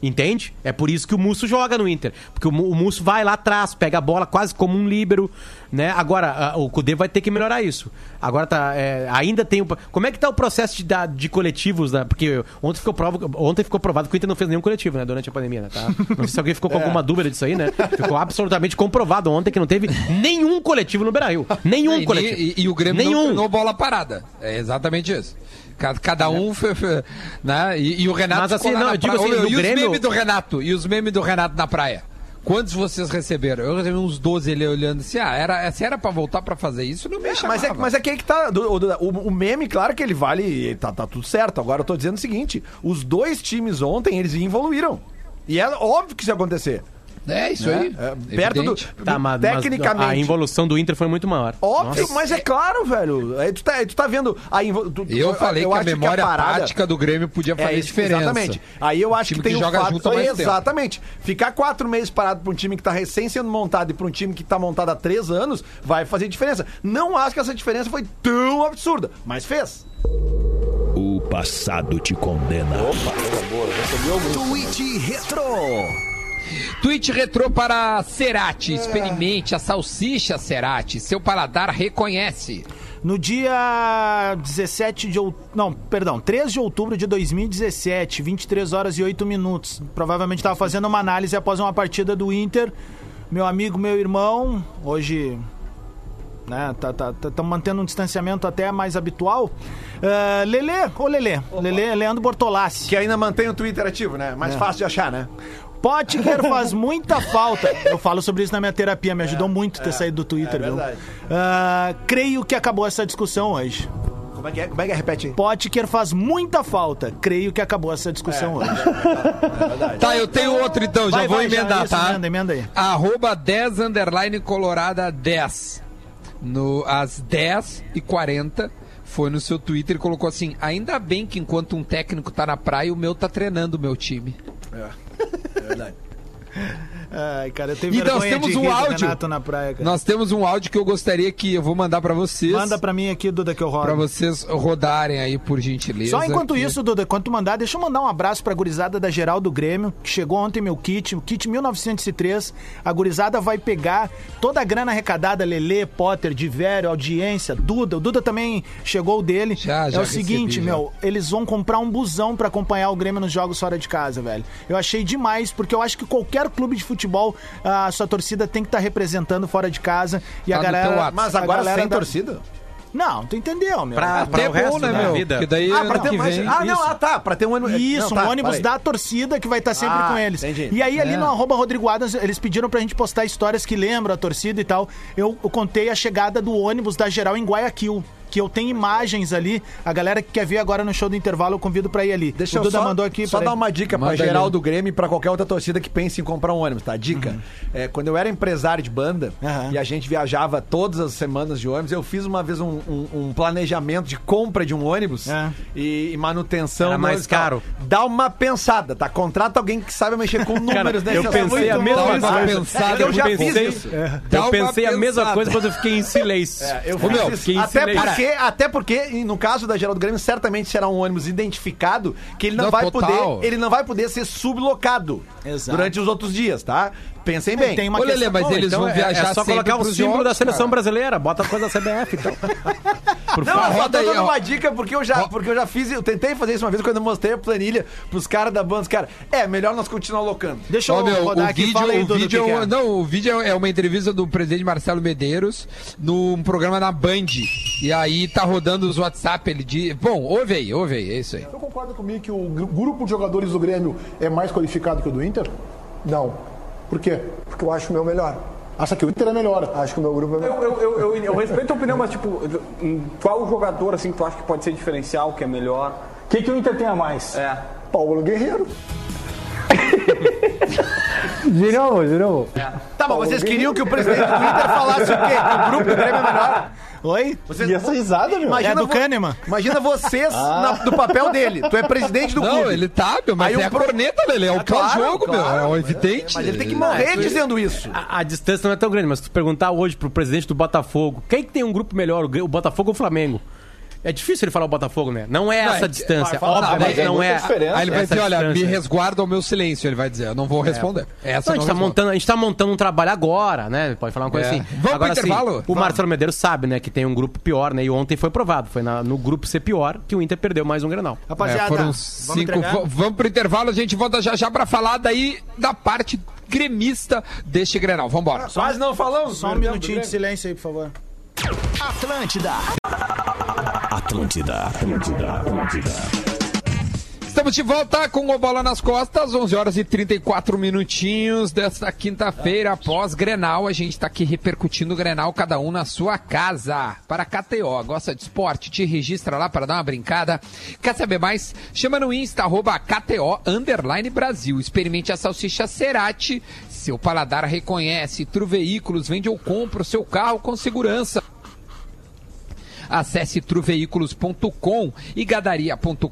G: Entende? É por isso que o Musso joga no Inter. Porque o, Mu- o Musso vai lá atrás, pega a bola quase como um líbero, né? Agora, a- o Cudê vai ter que melhorar isso. Agora tá. é, ainda tem. o pro- Como é que tá o processo de, da- de coletivos, né? Porque ontem ficou, provo- ontem ficou provado que o Inter não fez nenhum coletivo, né? Durante a pandemia, né? Tá? Não sei se alguém
C: É.
G: ficou com alguma dúvida disso aí, né? Ficou absolutamente comprovado ontem que não teve nenhum coletivo no Brasil. Nenhum
C: e,
G: coletivo.
C: E, e o Grêmio não
G: nenhum.
C: treinou bola parada. É exatamente isso. Ca- Cada um, fe- fe- né? E, e o Renato.
G: É. Mas
C: ficou
G: assim,
C: lá
G: não,
C: na
G: eu digo
C: praia.
G: assim,
C: Ô,
G: no
C: e
G: Grêmio-
C: os memes do Renato? E os memes do Renato na praia? Quantos vocês receberam? Eu recebi uns 12 ele olhando assim, ah, era, se era pra voltar pra fazer isso, não me chamava.
E: Mas é, mas é que aí que tá. do- do- o, o meme, claro que ele vale. Tá, tá tudo certo. Agora eu tô dizendo o seguinte: os dois times ontem, eles evoluíram. E é óbvio que isso ia acontecer.
C: É, isso aí.
E: É, perto do.
C: Evidente.
G: Tá, mas, mas
E: tecnicamente.
G: a evolução do Inter foi muito maior.
E: Óbvio, mas é claro, velho. Aí tu tá, aí tu tá vendo. A invo- tu- tu-
C: Eu falei que a
E: acho
C: memória
E: parada- é
C: tática do Grêmio podia fazer
E: isso,
C: diferença.
E: Exatamente. Aí eu acho
C: time
E: que tem
C: que
E: um
C: joga
E: fato.
C: junto há mais tempo.
E: exatamente. Ficar quatro meses parado pra um time que tá recém sendo montado e pra um time que tá montado há três anos vai fazer diferença. Não acho que essa diferença foi tão absurda, mas fez.
A: O passado te condena.
E: Twitch Retro.
C: Tweet retrô para
E: É.
C: Cerati. Experimente a salsicha Cerati. Seu paladar reconhece.
D: No dia 17 de outubro. Não, perdão, 3 de outubro de 2017, 23 horas e 8 minutos. Provavelmente estava fazendo uma análise após uma partida do Inter. Meu amigo, meu irmão, hoje. Né, tá, tá, tá- tamo mantendo um distanciamento até mais habitual. Ah, Lelê, ô Lelê, Lelê, Leandro Bortolassi.
E: Que ainda mantém o Twitter ativo, né? Mais
D: É.
E: fácil de achar, né?
D: Potker faz muita falta. Eu falo sobre isso na minha terapia, me ajudou muito ter saído do Twitter,
E: é
D: viu?
E: verdade.
D: Ah, creio que acabou essa discussão hoje.
E: Como é que é? Como é que é? Repete aí.
D: Potker faz muita falta. Creio que acabou essa
C: É.
D: discussão hoje.
C: Tá, eu tenho outro então, já
D: Vai,
C: vou
D: vai, já,
C: emendar,
D: isso,
C: tá?
D: emenda, emenda aí.
C: Arroba 10 underline colorada 10. No, às 10h40 foi no seu Twitter e colocou assim: ainda bem que enquanto um técnico tá na praia, o meu tá treinando o meu time.
D: Ai, cara, eu tenho
C: E nós
D: vergonha
C: temos
D: de
C: um
D: rir do
C: áudio.
D: Renato na praia, cara.
C: Nós temos um áudio que eu gostaria que eu vou mandar pra vocês.
D: Manda pra mim aqui, Duda, que eu
C: Pra
D: rodo.
C: vocês rodarem aí, por gentileza.
D: Só enquanto
C: Que-
D: isso, Duda, enquanto tu mandar, deixa eu mandar um abraço pra gurizada da Geral do Grêmio, que chegou ontem meu kit, o kit 1903. A gurizada vai pegar toda a grana arrecadada, Lelê, Potter, Divério, audiência, Duda. O Duda também chegou o dele.
C: Já,
D: é
C: já
D: o seguinte,
C: recebi, já.
D: meu, eles vão comprar um busão pra acompanhar o Grêmio nos jogos fora de casa, velho. Eu achei demais, porque eu acho que qualquer clube de futebol, a sua torcida tem que estar representando fora de casa. E
C: Tá
D: a
C: no teu
D: galera.
C: WhatsApp.
E: Mas
D: a
E: agora
D: galera tá-
E: sem
D: da-
E: torcida?
D: Não, tu entendeu, meu.
G: Pra,
C: Até
G: pra o
C: é bom,
G: resto
C: né,
G: da
C: meu?
G: vida.
C: Que daí
E: Ah, pra
C: ano
E: ter
C: que
E: mais.
C: vem.
E: Ah, não,
D: Isso.
E: ah, tá. Pra ter um ônibus.
D: Isso,
E: não, tá,
D: um ônibus
E: peraí.
D: da torcida que vai estar sempre
E: Ah,
D: com eles.
E: entendi.
D: E aí, ali
C: É.
D: no arroba Rodrigo Adams, eles pediram pra gente postar histórias que lembram a torcida e tal. Eu, eu contei a chegada do ônibus da geral em Guayaquil. Que eu tenho imagens ali. A galera que quer ver agora no show do intervalo, eu convido pra ir ali.
E: Deixa
D: o Duda
E: eu só,
D: mandou aqui.
E: só
D: peraí.
E: dar uma dica pra
C: Manda
E: geral
C: ali.
E: do Grêmio e pra qualquer outra torcida que pense em comprar um ônibus, tá? Dica. É, quando eu era empresário de banda
D: Uhum. Aham.
E: e a gente viajava todas as semanas de ônibus, eu fiz uma vez um, um- um planejamento de compra de um ônibus
D: É.
E: e, e manutenção.
G: Era
E: no
G: mais
E: ônibus e tal.
G: caro.
E: Dá uma pensada, tá? Contrata alguém que saiba mexer com números né? é
G: eu
E: nessa
G: pensei a mesma
C: bom,
G: coisa.
C: isso. Pensado,
E: Eu já
G: eu
E: fiz
G: pensei,
E: isso.
C: Dá
G: eu
C: uma
G: pensei a mesma
C: pensada.
G: coisa, mas eu fiquei em silêncio.
E: Eu
G: Ô,
E: fiz
G: meu,
E: isso.
G: fiquei em
E: até,
G: silêncio.
E: porque, até porque, e no caso da Geral do Grêmio, certamente será um ônibus identificado que ele não,
C: Não,
E: vai
C: total.
E: poder, ele não vai poder ser sublocado
D: Exato. É,
E: durante os outros dias, tá? Pensem bem.
D: Tem uma
C: Ô, Lelê,
D: questão-
C: mas
G: Bom,
C: eles
G: então
C: vão
G: é-
C: viajar
G: É só colocar o
C: sempre pros
G: símbolo da
C: jogos,
G: seleção
C: cara.
G: brasileira, bota a coisa da CBF, então. Por
E: Não, eu
G: favor.
E: só tô
C: roda aí,
E: dando
C: ó.
E: uma dica porque eu já, porque eu já fiz, eu tentei fazer isso uma vez quando eu mostrei a planilha pros caras da banda, os caras, é, melhor nós continuar locando.
D: Deixa eu
C: Ó, meu,
D: rodar
C: o
D: aqui.
C: vídeo,
D: Fala aí,
C: o
D: Duda, o
C: vídeo
D: que
C: é um-
D: que é.
C: não, o vídeo é é uma entrevista do presidente Marcelo Medeiros num programa na Band. E aí tá rodando os WhatsApp, ele diz, bom, ouve aí, ouve aí, é isso aí.
I: Você Então concorda comigo que o gru- grupo de jogadores do Grêmio é mais qualificado que o do Inter? Não. Por quê? Porque eu acho o meu melhor. Acha que o Inter é melhor? Acho que o meu grupo é melhor.
J: Eu, eu- eu- eu- eu respeito a opinião, mas tipo, em qual jogador assim que tu acha que pode ser diferencial, que é melhor? O que, o Inter tem a mais? É.
I: Paulo Guerreiro.
E: Tá, mas vocês queriam que o presidente do Inter falasse o quê? Que o grupo do Grêmio é melhor?
D: Oi?
E: Vocês-
F: E essa Ah. risada, meu?
E: imagina
D: É do
E: vo-
D: Kahneman.
E: Imagina vocês na- no papel dele. Tu é presidente do
C: Não,
E: clube.
C: ele tá, meu, mas
E: Aí
C: é
E: o
C: a
E: pro-
C: corneta, Lelê, é o
E: claro,
C: pós-jogo,
E: claro,
C: meu, é o evidente.
E: Mas ele tem que
C: Ah, é,
E: morrer dizendo isso.
G: A, a distância não é tão grande, mas se tu perguntar hoje pro presidente do Botafogo, quem que tem um grupo melhor, o Gr- o Botafogo ou o Flamengo? É difícil ele falar o Botafogo, né? Não é essa
C: é-
G: distância.
E: fala-
F: Ah, mas
G: Obviamente
F: é
G: não
F: muita
G: é.
F: diferença.
C: Aí ele vai
G: Essa
C: dizer, olha, me
G: distância.
C: resguarda o meu silêncio, ele vai dizer, eu não vou responder.
G: Não, a,
C: Essa eu
G: gente tá
C: respondo.
G: montando, a gente tá montando um trabalho agora, né? Pode falar uma coisa
C: É.
G: assim.
C: Vamos pro
G: agora, assim,
C: intervalo?
G: o
C: Vamos.
G: Marcelo Medeiros sabe, né, que tem um grupo pior, né? E ontem foi provado. Foi na- no grupo C pior que o Inter perdeu mais um Grenal.
D: Rapaziada,
C: É, foram
D: vamos
C: cinco.
D: entregar?
C: va- Vamos pro intervalo, a gente volta já já pra falar daí da parte gremista deste Grenal. Vambora.
E: Quase não falamos.
D: Só um minutinho de silêncio aí, por favor.
A: Atlântida, Atlântida, Atlântida.
C: Estamos de volta com o Bola nas Costas, 11 horas e 34 minutinhos desta quinta-feira após Grenal. A gente está aqui repercutindo o Grenal, cada um na sua casa. Para a KTO, gosta de esporte? Te registra lá para dar uma brincada. Quer saber mais? Chama no Insta, arroba KTO, underline Brasil. Experimente a salsicha Cerati. Seu paladar reconhece. Tru Veículos, vende ou compra o seu carro com segurança. Acesse truveículos.com e gadaria.com.br.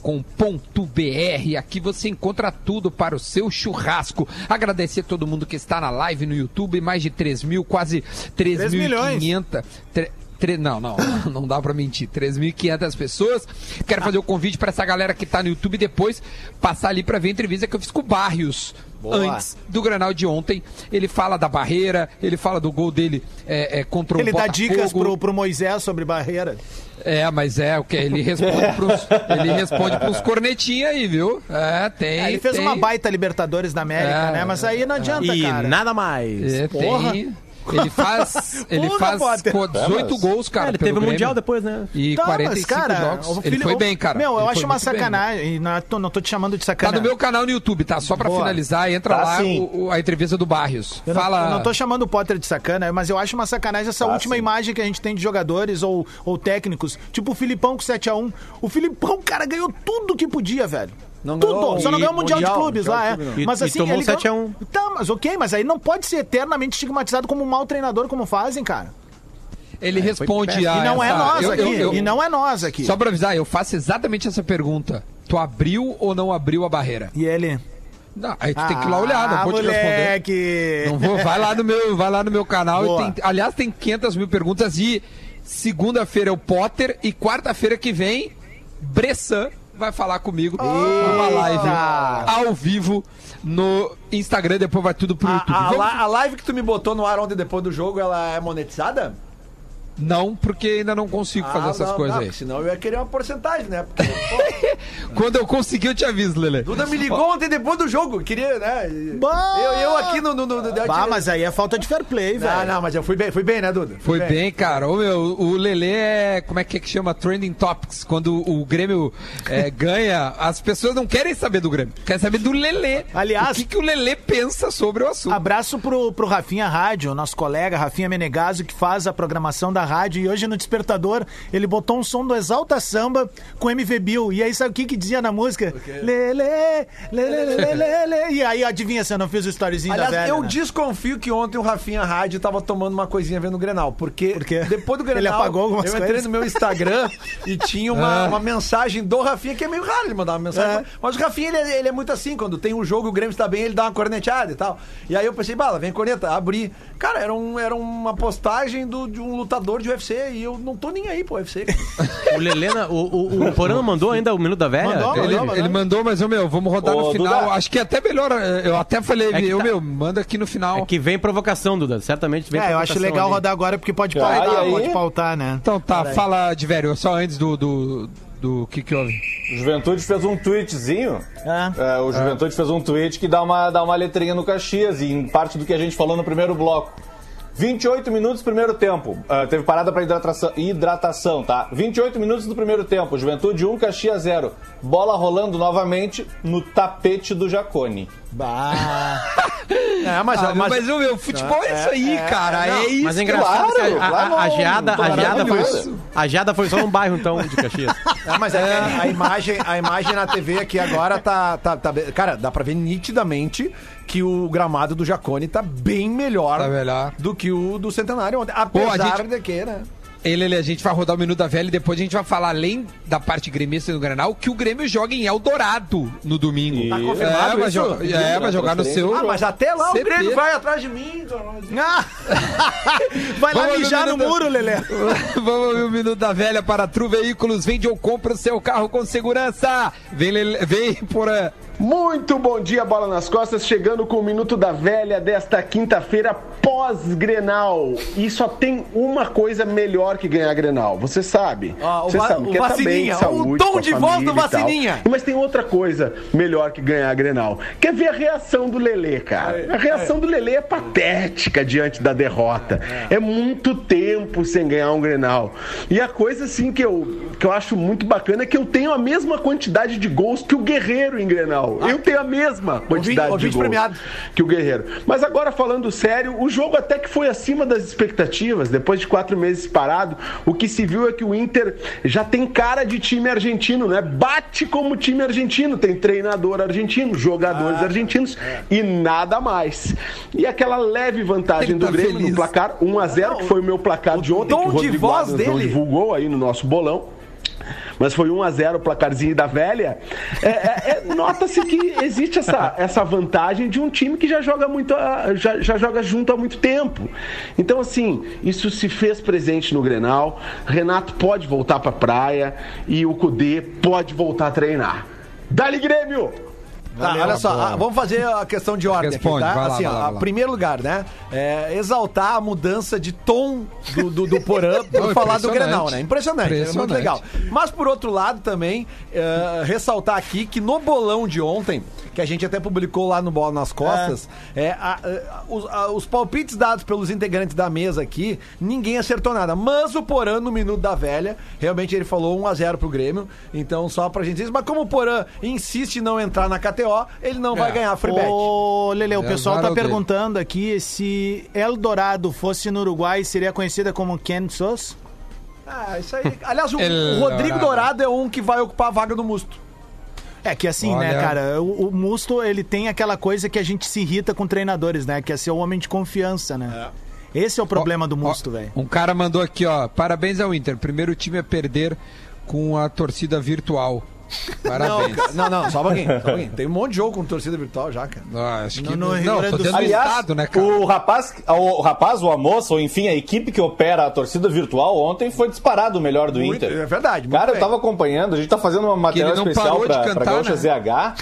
C: Aqui você encontra tudo para o seu churrasco. Agradecer a todo mundo que está na live no YouTube, mais de 3 mil, quase 3
D: Três
C: mil
D: milhões.
C: e 500. tre- tre- Não, não, não dá pra mentir. 3.500 pessoas. Quero fazer o convite para essa galera que tá no YouTube depois passar ali pra ver a entrevista que eu fiz com o Barrios antes do Granal de ontem. Ele fala da barreira, ele fala do gol dele é, é, contra o
D: Ele dá dicas
C: Botafogo.
D: pro, pro Moisés sobre barreira.
C: É, mas é o que ele responde pros, ele responde pros cornetinha aí, viu? É, tem.
D: É, ele fez
C: tem-
D: uma baita Libertadores da América,
C: É,
D: né? Mas aí não adianta,
G: E
D: cara.
G: nada mais.
C: É, tem.
D: Porra.
C: Ele faz, ele
D: Porra,
C: faz
D: Potter.
C: pô,
D: É,
C: 18 gols, cara.
G: É, ele
C: pelo
G: teve o
C: Grêmio.
G: Mundial depois, né?
C: E
D: um Tá,
C: 45 jogos.
D: o
C: ele
D: filho-
C: foi
D: o-
C: bem, cara.
D: Meu,
C: Ele
D: eu
C: foi
D: acho uma
C: muito bem, né?
D: sacanagem. e Não, é- tô- não tô te chamando de
C: Tá no
D: sacanagem.
C: meu canal no YouTube, tá? Só pra
D: Boa.
C: finalizar, entra
F: Tá
C: lá
F: sim.
C: o- o- a entrevista do Barrios.
D: Eu não,
C: Fala. Ah,
D: eu não tô chamando o Potter de sacana, mas eu acho uma sacanagem essa última
F: sim.
D: imagem que a gente tem de jogadores ou, ou técnicos. Tipo o Filipão com 7x1. O Filipão, cara, ganhou tudo que podia, velho.
E: Não
D: tudo.
E: ganhou
D: Só não
E: e
D: ganhou o Mundial, de
E: Mundial,
D: Clubes lá,
E: Mundial
D: é.
E: de
G: E-
D: mas
G: e
D: assim,
G: tomou
D: ele
G: um 7 a 1.
D: ganhou- Tá, mas ok, mas aí não pode ser eternamente estigmatizado como um mau treinador, como fazem, cara.
C: Ele responde a.
D: E não é
C: Ah, essa-
D: nós
C: eu-
D: aqui.
C: eu- eu-
D: E não é nós aqui.
C: Só pra avisar, eu faço exatamente essa pergunta. Tu abriu ou não abriu a barreira?
D: E ele.
C: Não, aí tu tem que ir lá olhar,
D: Ah,
C: não vou te responder.
D: te
C: Não vou, vai lá no meu, vai lá no meu canal. e
D: Boa.
C: tem- aliás, tem 500 mil perguntas e segunda-feira é o Potter e quarta-feira que vem Bressan vai falar comigo numa live ao vivo no Instagram. Depois vai tudo pro YouTube.
E: A, a,
C: Vamos-
E: li- a live que tu me botou no ar ontem depois do jogo, ela é monetizada?
C: Não, porque ainda não consigo fazer
E: Ah,
C: essas
E: não,
C: coisas
E: não,
C: aí.
E: porque Senão eu ia querer uma porcentagem, né? Porque, pô,
C: Quando eu conseguir, eu te aviso, Lele.
E: Duda me ligou ontem depois do jogo, queria, né? e-
D: Bom!
E: Eu, eu aqui no. no, no, no eu
D: Ah,
E: tirei-
D: mas aí é falta de fair play,
E: Ah,
D: velho.
E: não, mas eu fui bem, fui bem, né, Duda?
C: Foi é. bem, cara. Ô, meu, o Lelê é. Como é que, é que chama? Trending Topics. Quando o Grêmio é, ganha, as pessoas não querem saber do Grêmio. Querem saber do Lelê.
D: Aliás-
C: O que, que o Lelê pensa sobre o assunto?
D: Abraço pro, pro Rafinha Rádio, nosso colega Rafinha Menegaso, que faz a programação da rádio. E hoje no Despertador, ele botou um som do Exalta Samba com MV Bill. E aí, sabe o que que dizia na música? Lele, lele, lele, lele. E aí, adivinha se eu não fiz o storyzinho
E: Aliás,
D: da velha,
E: eu
D: né?
E: desconfio que ontem o Rafinha Rádio tava tomando uma coisinha vendo o Grenal, porque
D: quê?
E: depois do Grenal
D: Ele apagou algumas
E: eu entrei
D: coisas? Ah.
E: no meu Instagram e tinha uma, uma mensagem do Rafinha, que é meio raro ele mandar uma mensagem. Mas o Rafinha, ele, é- ele é muito assim, quando tem um jogo e o Grêmio está bem, ele dá uma corneteada e tal. E aí eu pensei, bala, vem corneta, abri. Cara, era, um, era uma postagem do- de um lutador de UFC e eu não tô nem aí pro UFC.
G: O Lelena, o, o, o Porã não mandou ainda o Minuto da Velha?
D: Mandou,
C: Ele,
D: mandou.
C: ele mandou, mas ô meu, vamos rodar
F: Ô,
C: no final.
F: Duda.
C: Acho que é até melhor. eh, Eu até falei,
G: É que
C: ô
G: tá-
C: meu, manda aqui no final.
G: É que vem provocação, Duda. Certamente vem
D: É, eu
G: provocação.
D: acho legal
G: ali.
D: rodar agora porque pode
F: Ai,
D: pautar,
F: aí.
D: pode pautar, né?
C: Então tá, fala de velho, só antes do. do, do que que houve?
F: Juventude fez um tweetzinho. É, o Juventude fez um tweet que dá uma, dá uma letrinha no Caxias, e em parte do que a gente falou no primeiro bloco. 28 minutos do primeiro tempo. Ah, teve parada para hidratação, hidratação, tá? 28 minutos do primeiro tempo. Juventude 1, Caxias 0. Bola rolando novamente no tapete do Jacone.
E: É, mas,
C: Ah, mas, ô meu, futebol é, isso aí, cara. É, isso.
G: Mas é engraçado
F: claro,
G: que a, a-
F: claro,
G: a, geada,
F: não tô
G: a, geada
F: maravilhoso.
G: foi, a geada foi só num bairro, então, de Caxias.
E: Ah, mas a, a imagem, a imagem na TV aqui agora tá, tá, tá bem- Cara, dá pra ver nitidamente que o gramado do Jacone tá bem melhor,
C: Tá melhor.
E: do que o do Centenário ontem. Apesar
C: gente-
E: de que, né?
C: Ei, Lele, a gente vai rodar o Minuto da Velha e depois a gente vai falar, além da parte gremista do Granal, que o Grêmio joga em Eldorado no domingo.
F: Tá
E: confirmado
C: é, vai,
E: isso?
C: jo- é, vai jogar no seu...
E: Ah, mas até lá o
C: CP.
E: Grêmio vai atrás de mim.
D: Vai lá
C: Vamos,
D: mijar no
C: Duda.
D: muro, Lelê.
C: Vamos ouvir o Minuto da Velha para Tru Veículos. Vende ou compra o seu carro com segurança. Vem, Lele, vem Porã.
K: Muito bom dia, Bola nas Costas, chegando com o Minuto da Velha desta quinta-feira pós-Grenal. E só tem uma coisa melhor que ganhar Grenal, você sabe.
E: Ah, o
K: você
E: va-
K: sabe,
E: o
K: quer tá bem,
E: Vacininha, o
K: de saúde,
E: tom
K: com a
E: de voz
K: família
E: do
K: e tal.
E: Vacininha.
K: Mas tem outra coisa é, melhor que ganhar Grenal. Quer ver a reação do Lelê, cara. A reação do Lelê é patética diante da derrota. É muito tempo sem ganhar um Grenal. E a coisa, assim, que eu, que eu acho muito bacana é que eu tenho a mesma quantidade de gols que o Guerreiro em Grenal.
J: Ah.
K: Eu tenho a mesma quantidade
E: ouvinte
K: de gols
E: premiado.
K: que o Guerreiro. Mas agora falando sério, o jogo até que foi acima das expectativas. Depois de quatro meses parado, o que se viu é que o Inter já tem cara de time argentino, né? Bate como time argentino, tem treinador argentino,
E: Ah,
K: jogadores argentinos
E: é.
K: e nada mais. E aquela leve vantagem
C: Ele tá
K: do Grêmio
C: feliz.
K: no placar 1 a 0 que foi o meu placar de ontem,
E: tom
K: que o
E: de
K: Rodrigo
E: voz
K: Adams não
E: dele.
K: divulgou aí no nosso bolão. Mas foi 1 a 0 o placarzinho da velha. É, é, é, Nota-se que existe essa, essa vantagem de um time que já joga muito, a- já, já joga junto há muito tempo. Então, assim, isso se fez presente no Grenal. Renato pode voltar pra praia e o Cudê pode voltar a treinar. Dali Grêmio!
E: Tá, olha só, ah, vamos fazer a questão de ordem
C: Responde,
E: aqui, tá?
C: vai lá,
E: assim,
C: vai lá,
E: ó,
C: vai lá.
E: primeiro lugar, né? é, exaltar a mudança de tom do, do, do Porã
C: Não,
E: por falar do
C: impressionante.
E: Grenal, né? Impressionante, é
C: Impressionante.
E: muito legal. Mas por outro lado também, é, ressaltar aqui que no bolão de ontem, que a gente até publicou lá no Bola nas Costas, é, a- a- os, a- os palpites dados pelos integrantes da mesa aqui, ninguém acertou nada. Mas o Porã, no minuto da velha, realmente ele falou 1x0 pro Grêmio. Então, só pra gente dizer, isso. mas como o Porã insiste em não entrar na KTO, ele não vai ganhar free bet.
D: Ô, Lele, o
C: É,
D: pessoal tá
C: azar o dele.
D: perguntando aqui se Eldorado fosse no Uruguai, seria conhecida como Kansas?
E: Ah, isso aí. Aliás, o,
C: Ele
E: o Rodrigo
C: Dourado.
E: Dourado é um que vai ocupar a vaga do Musto.
D: É que assim,
C: Olha.
D: né, cara, o, o Musto, ele tem aquela coisa que a gente se irrita com treinadores, né? Que é ser o homem de confiança, né? Esse é o problema do
C: Ó,
D: Musto,
C: ó,
D: velho.
C: Um cara mandou aqui, ó. Parabéns ao Inter. Primeiro time a perder com a torcida virtual.
E: Não,
C: Parabéns.
E: cara, não, não, só um pouquinho, só um pouquinho. Tem um monte de jogo com torcida virtual já, cara.
C: Não, acho que
D: No- no
C: não,
D: Rio Grande
C: tô
D: do
C: tendo
D: Sul.
C: estado, né, cara?
F: o rapaz, o rapaz, ou a moça, ou enfim, a equipe que opera a torcida virtual ontem foi disparado o melhor do
E: Muito-
F: Inter.
E: é verdade, muito
F: Cara, eu
E: bem.
F: tava acompanhando, a gente tá fazendo uma matéria
C: ele não
F: especial
C: parou de
F: pra,
C: cantar,
F: pra Gaúcha
C: né?
F: ZH.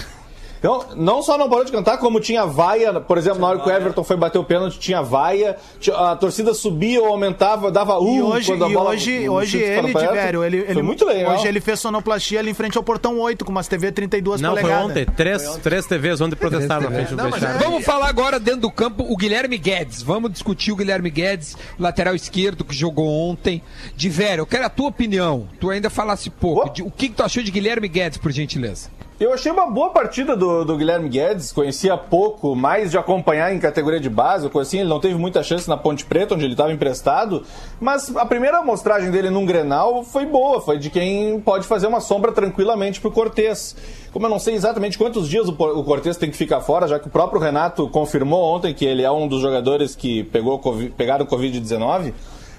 F: Então, não só não parou de cantar, como tinha vaia, por exemplo, na hora que o Everton foi bater o pênalti, tinha vaia, ti- a torcida subia ou aumentava, dava um
D: E hoje,
F: quando a
D: e
F: bola
D: hoje,
F: um
D: hoje
F: chute para
D: ele,
F: perto.
D: Tiverio, ele,
F: foi
D: ele,
F: muito legal.
D: hoje ele fez sonoplastia ali em frente ao portão 8 com umas TV 32
G: Não, foi
D: polegadas.
G: ontem. Três, três TVs ontem protestaram na
C: TVs.
G: frente do
E: Não, mas
G: vestiário.
E: é-
C: Vamos falar agora dentro do campo o Guilherme Guedes. Vamos discutir o Guilherme Guedes, o lateral esquerdo que jogou ontem. De velho, eu quero a tua opinião. Tu ainda falasse pouco.
F: Oh.
C: De- o que, que tu achou de Guilherme Guedes, por gentileza?
F: Eu achei uma boa partida do, do Guilherme Guedes, conhecia pouco, mais de acompanhar em categoria de base, ou coisa assim, ele não teve muita chance na Ponte Preta, onde ele estava emprestado, mas a primeira amostragem dele num Grenal foi boa, foi de quem pode fazer uma sombra tranquilamente pro Cortez. Como eu não sei exatamente quantos dias o, Por- o Cortez tem que ficar fora, já que o próprio Renato confirmou ontem que ele é um dos jogadores que pegou, Covid- pegaram o Covid-19,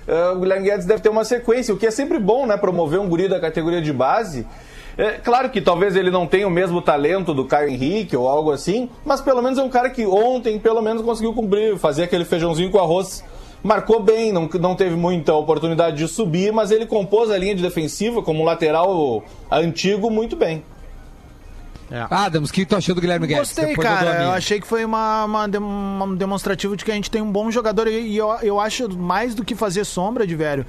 F: eh, o Guilherme Guedes deve ter uma sequência, o que é sempre bom, né, promover um guri da categoria de base, é, claro que talvez ele não tenha o mesmo talento do Caio Henrique ou algo assim, mas pelo menos é um cara que ontem pelo menos conseguiu cumprir, fazer aquele feijãozinho com arroz. Marcou bem, não, não teve muita oportunidade de subir, mas ele compôs a linha de defensiva como um lateral antigo muito bem.
C: Adams, o que, que tu achou do Guilherme Guedes?
D: Gostei,
C: Depois eu dou a
D: cara. Eu,
C: minha.
D: achei que foi uma, uma dem- um demonstrativo de que a gente tem um bom jogador. E e eu, eu acho mais do que fazer sombra de velho.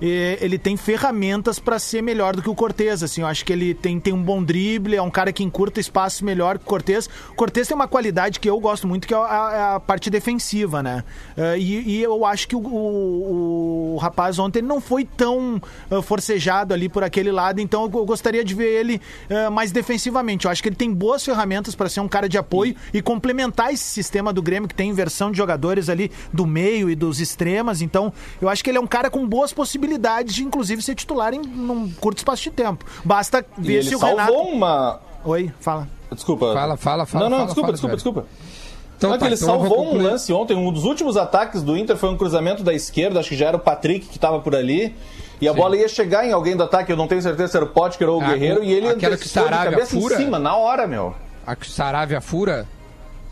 D: e- Ele tem ferramentas pra ser melhor do que o Cortez, assim. Eu acho que ele tem, tem um bom drible, é um cara que encurta espaço melhor que o Cortez. O Cortez tem uma qualidade que eu gosto muito, que é a, a parte defensiva, né? Eh, E, e eu acho que o, o- o rapaz ontem não foi tão eh, forcejado ali por aquele lado, então eu, eu gostaria de ver ele eh, mais defensivamente. Eu acho que ele tem boas ferramentas para ser um cara de apoio e complementar esse sistema do Grêmio que tem inversão de jogadores ali do meio e dos extremas. Então, eu acho que ele é um cara com boas possibilidades de inclusive ser titular em um curto espaço de tempo. Basta
F: E
D: ver
F: ele
D: se o
F: salvou um.
D: Renato.
F: uma.
D: Oi, fala.
F: Desculpa.
C: Fala, fala, fala,
F: Não, não,
C: fala,
F: desculpa,
C: fala,
F: desculpa,
C: velho.
F: desculpa.
C: Então,
F: Não, é que
C: tá,
F: ele
C: então eu vou
F: salvou um
C: concluir.
F: lance ontem. Um dos últimos ataques do Inter foi um cruzamento da esquerda, acho que já era o Patrick que estava por ali. E a bola ia chegar em alguém do ataque, eu não tenho certeza se era o Potker ou o
C: Ah,
F: Guerreiro, e ele
C: aquela que
F: antecipou de
C: Sarabia
F: cabeça
C: fura?
F: em cima, na hora, meu.
C: A que o Saravia fura?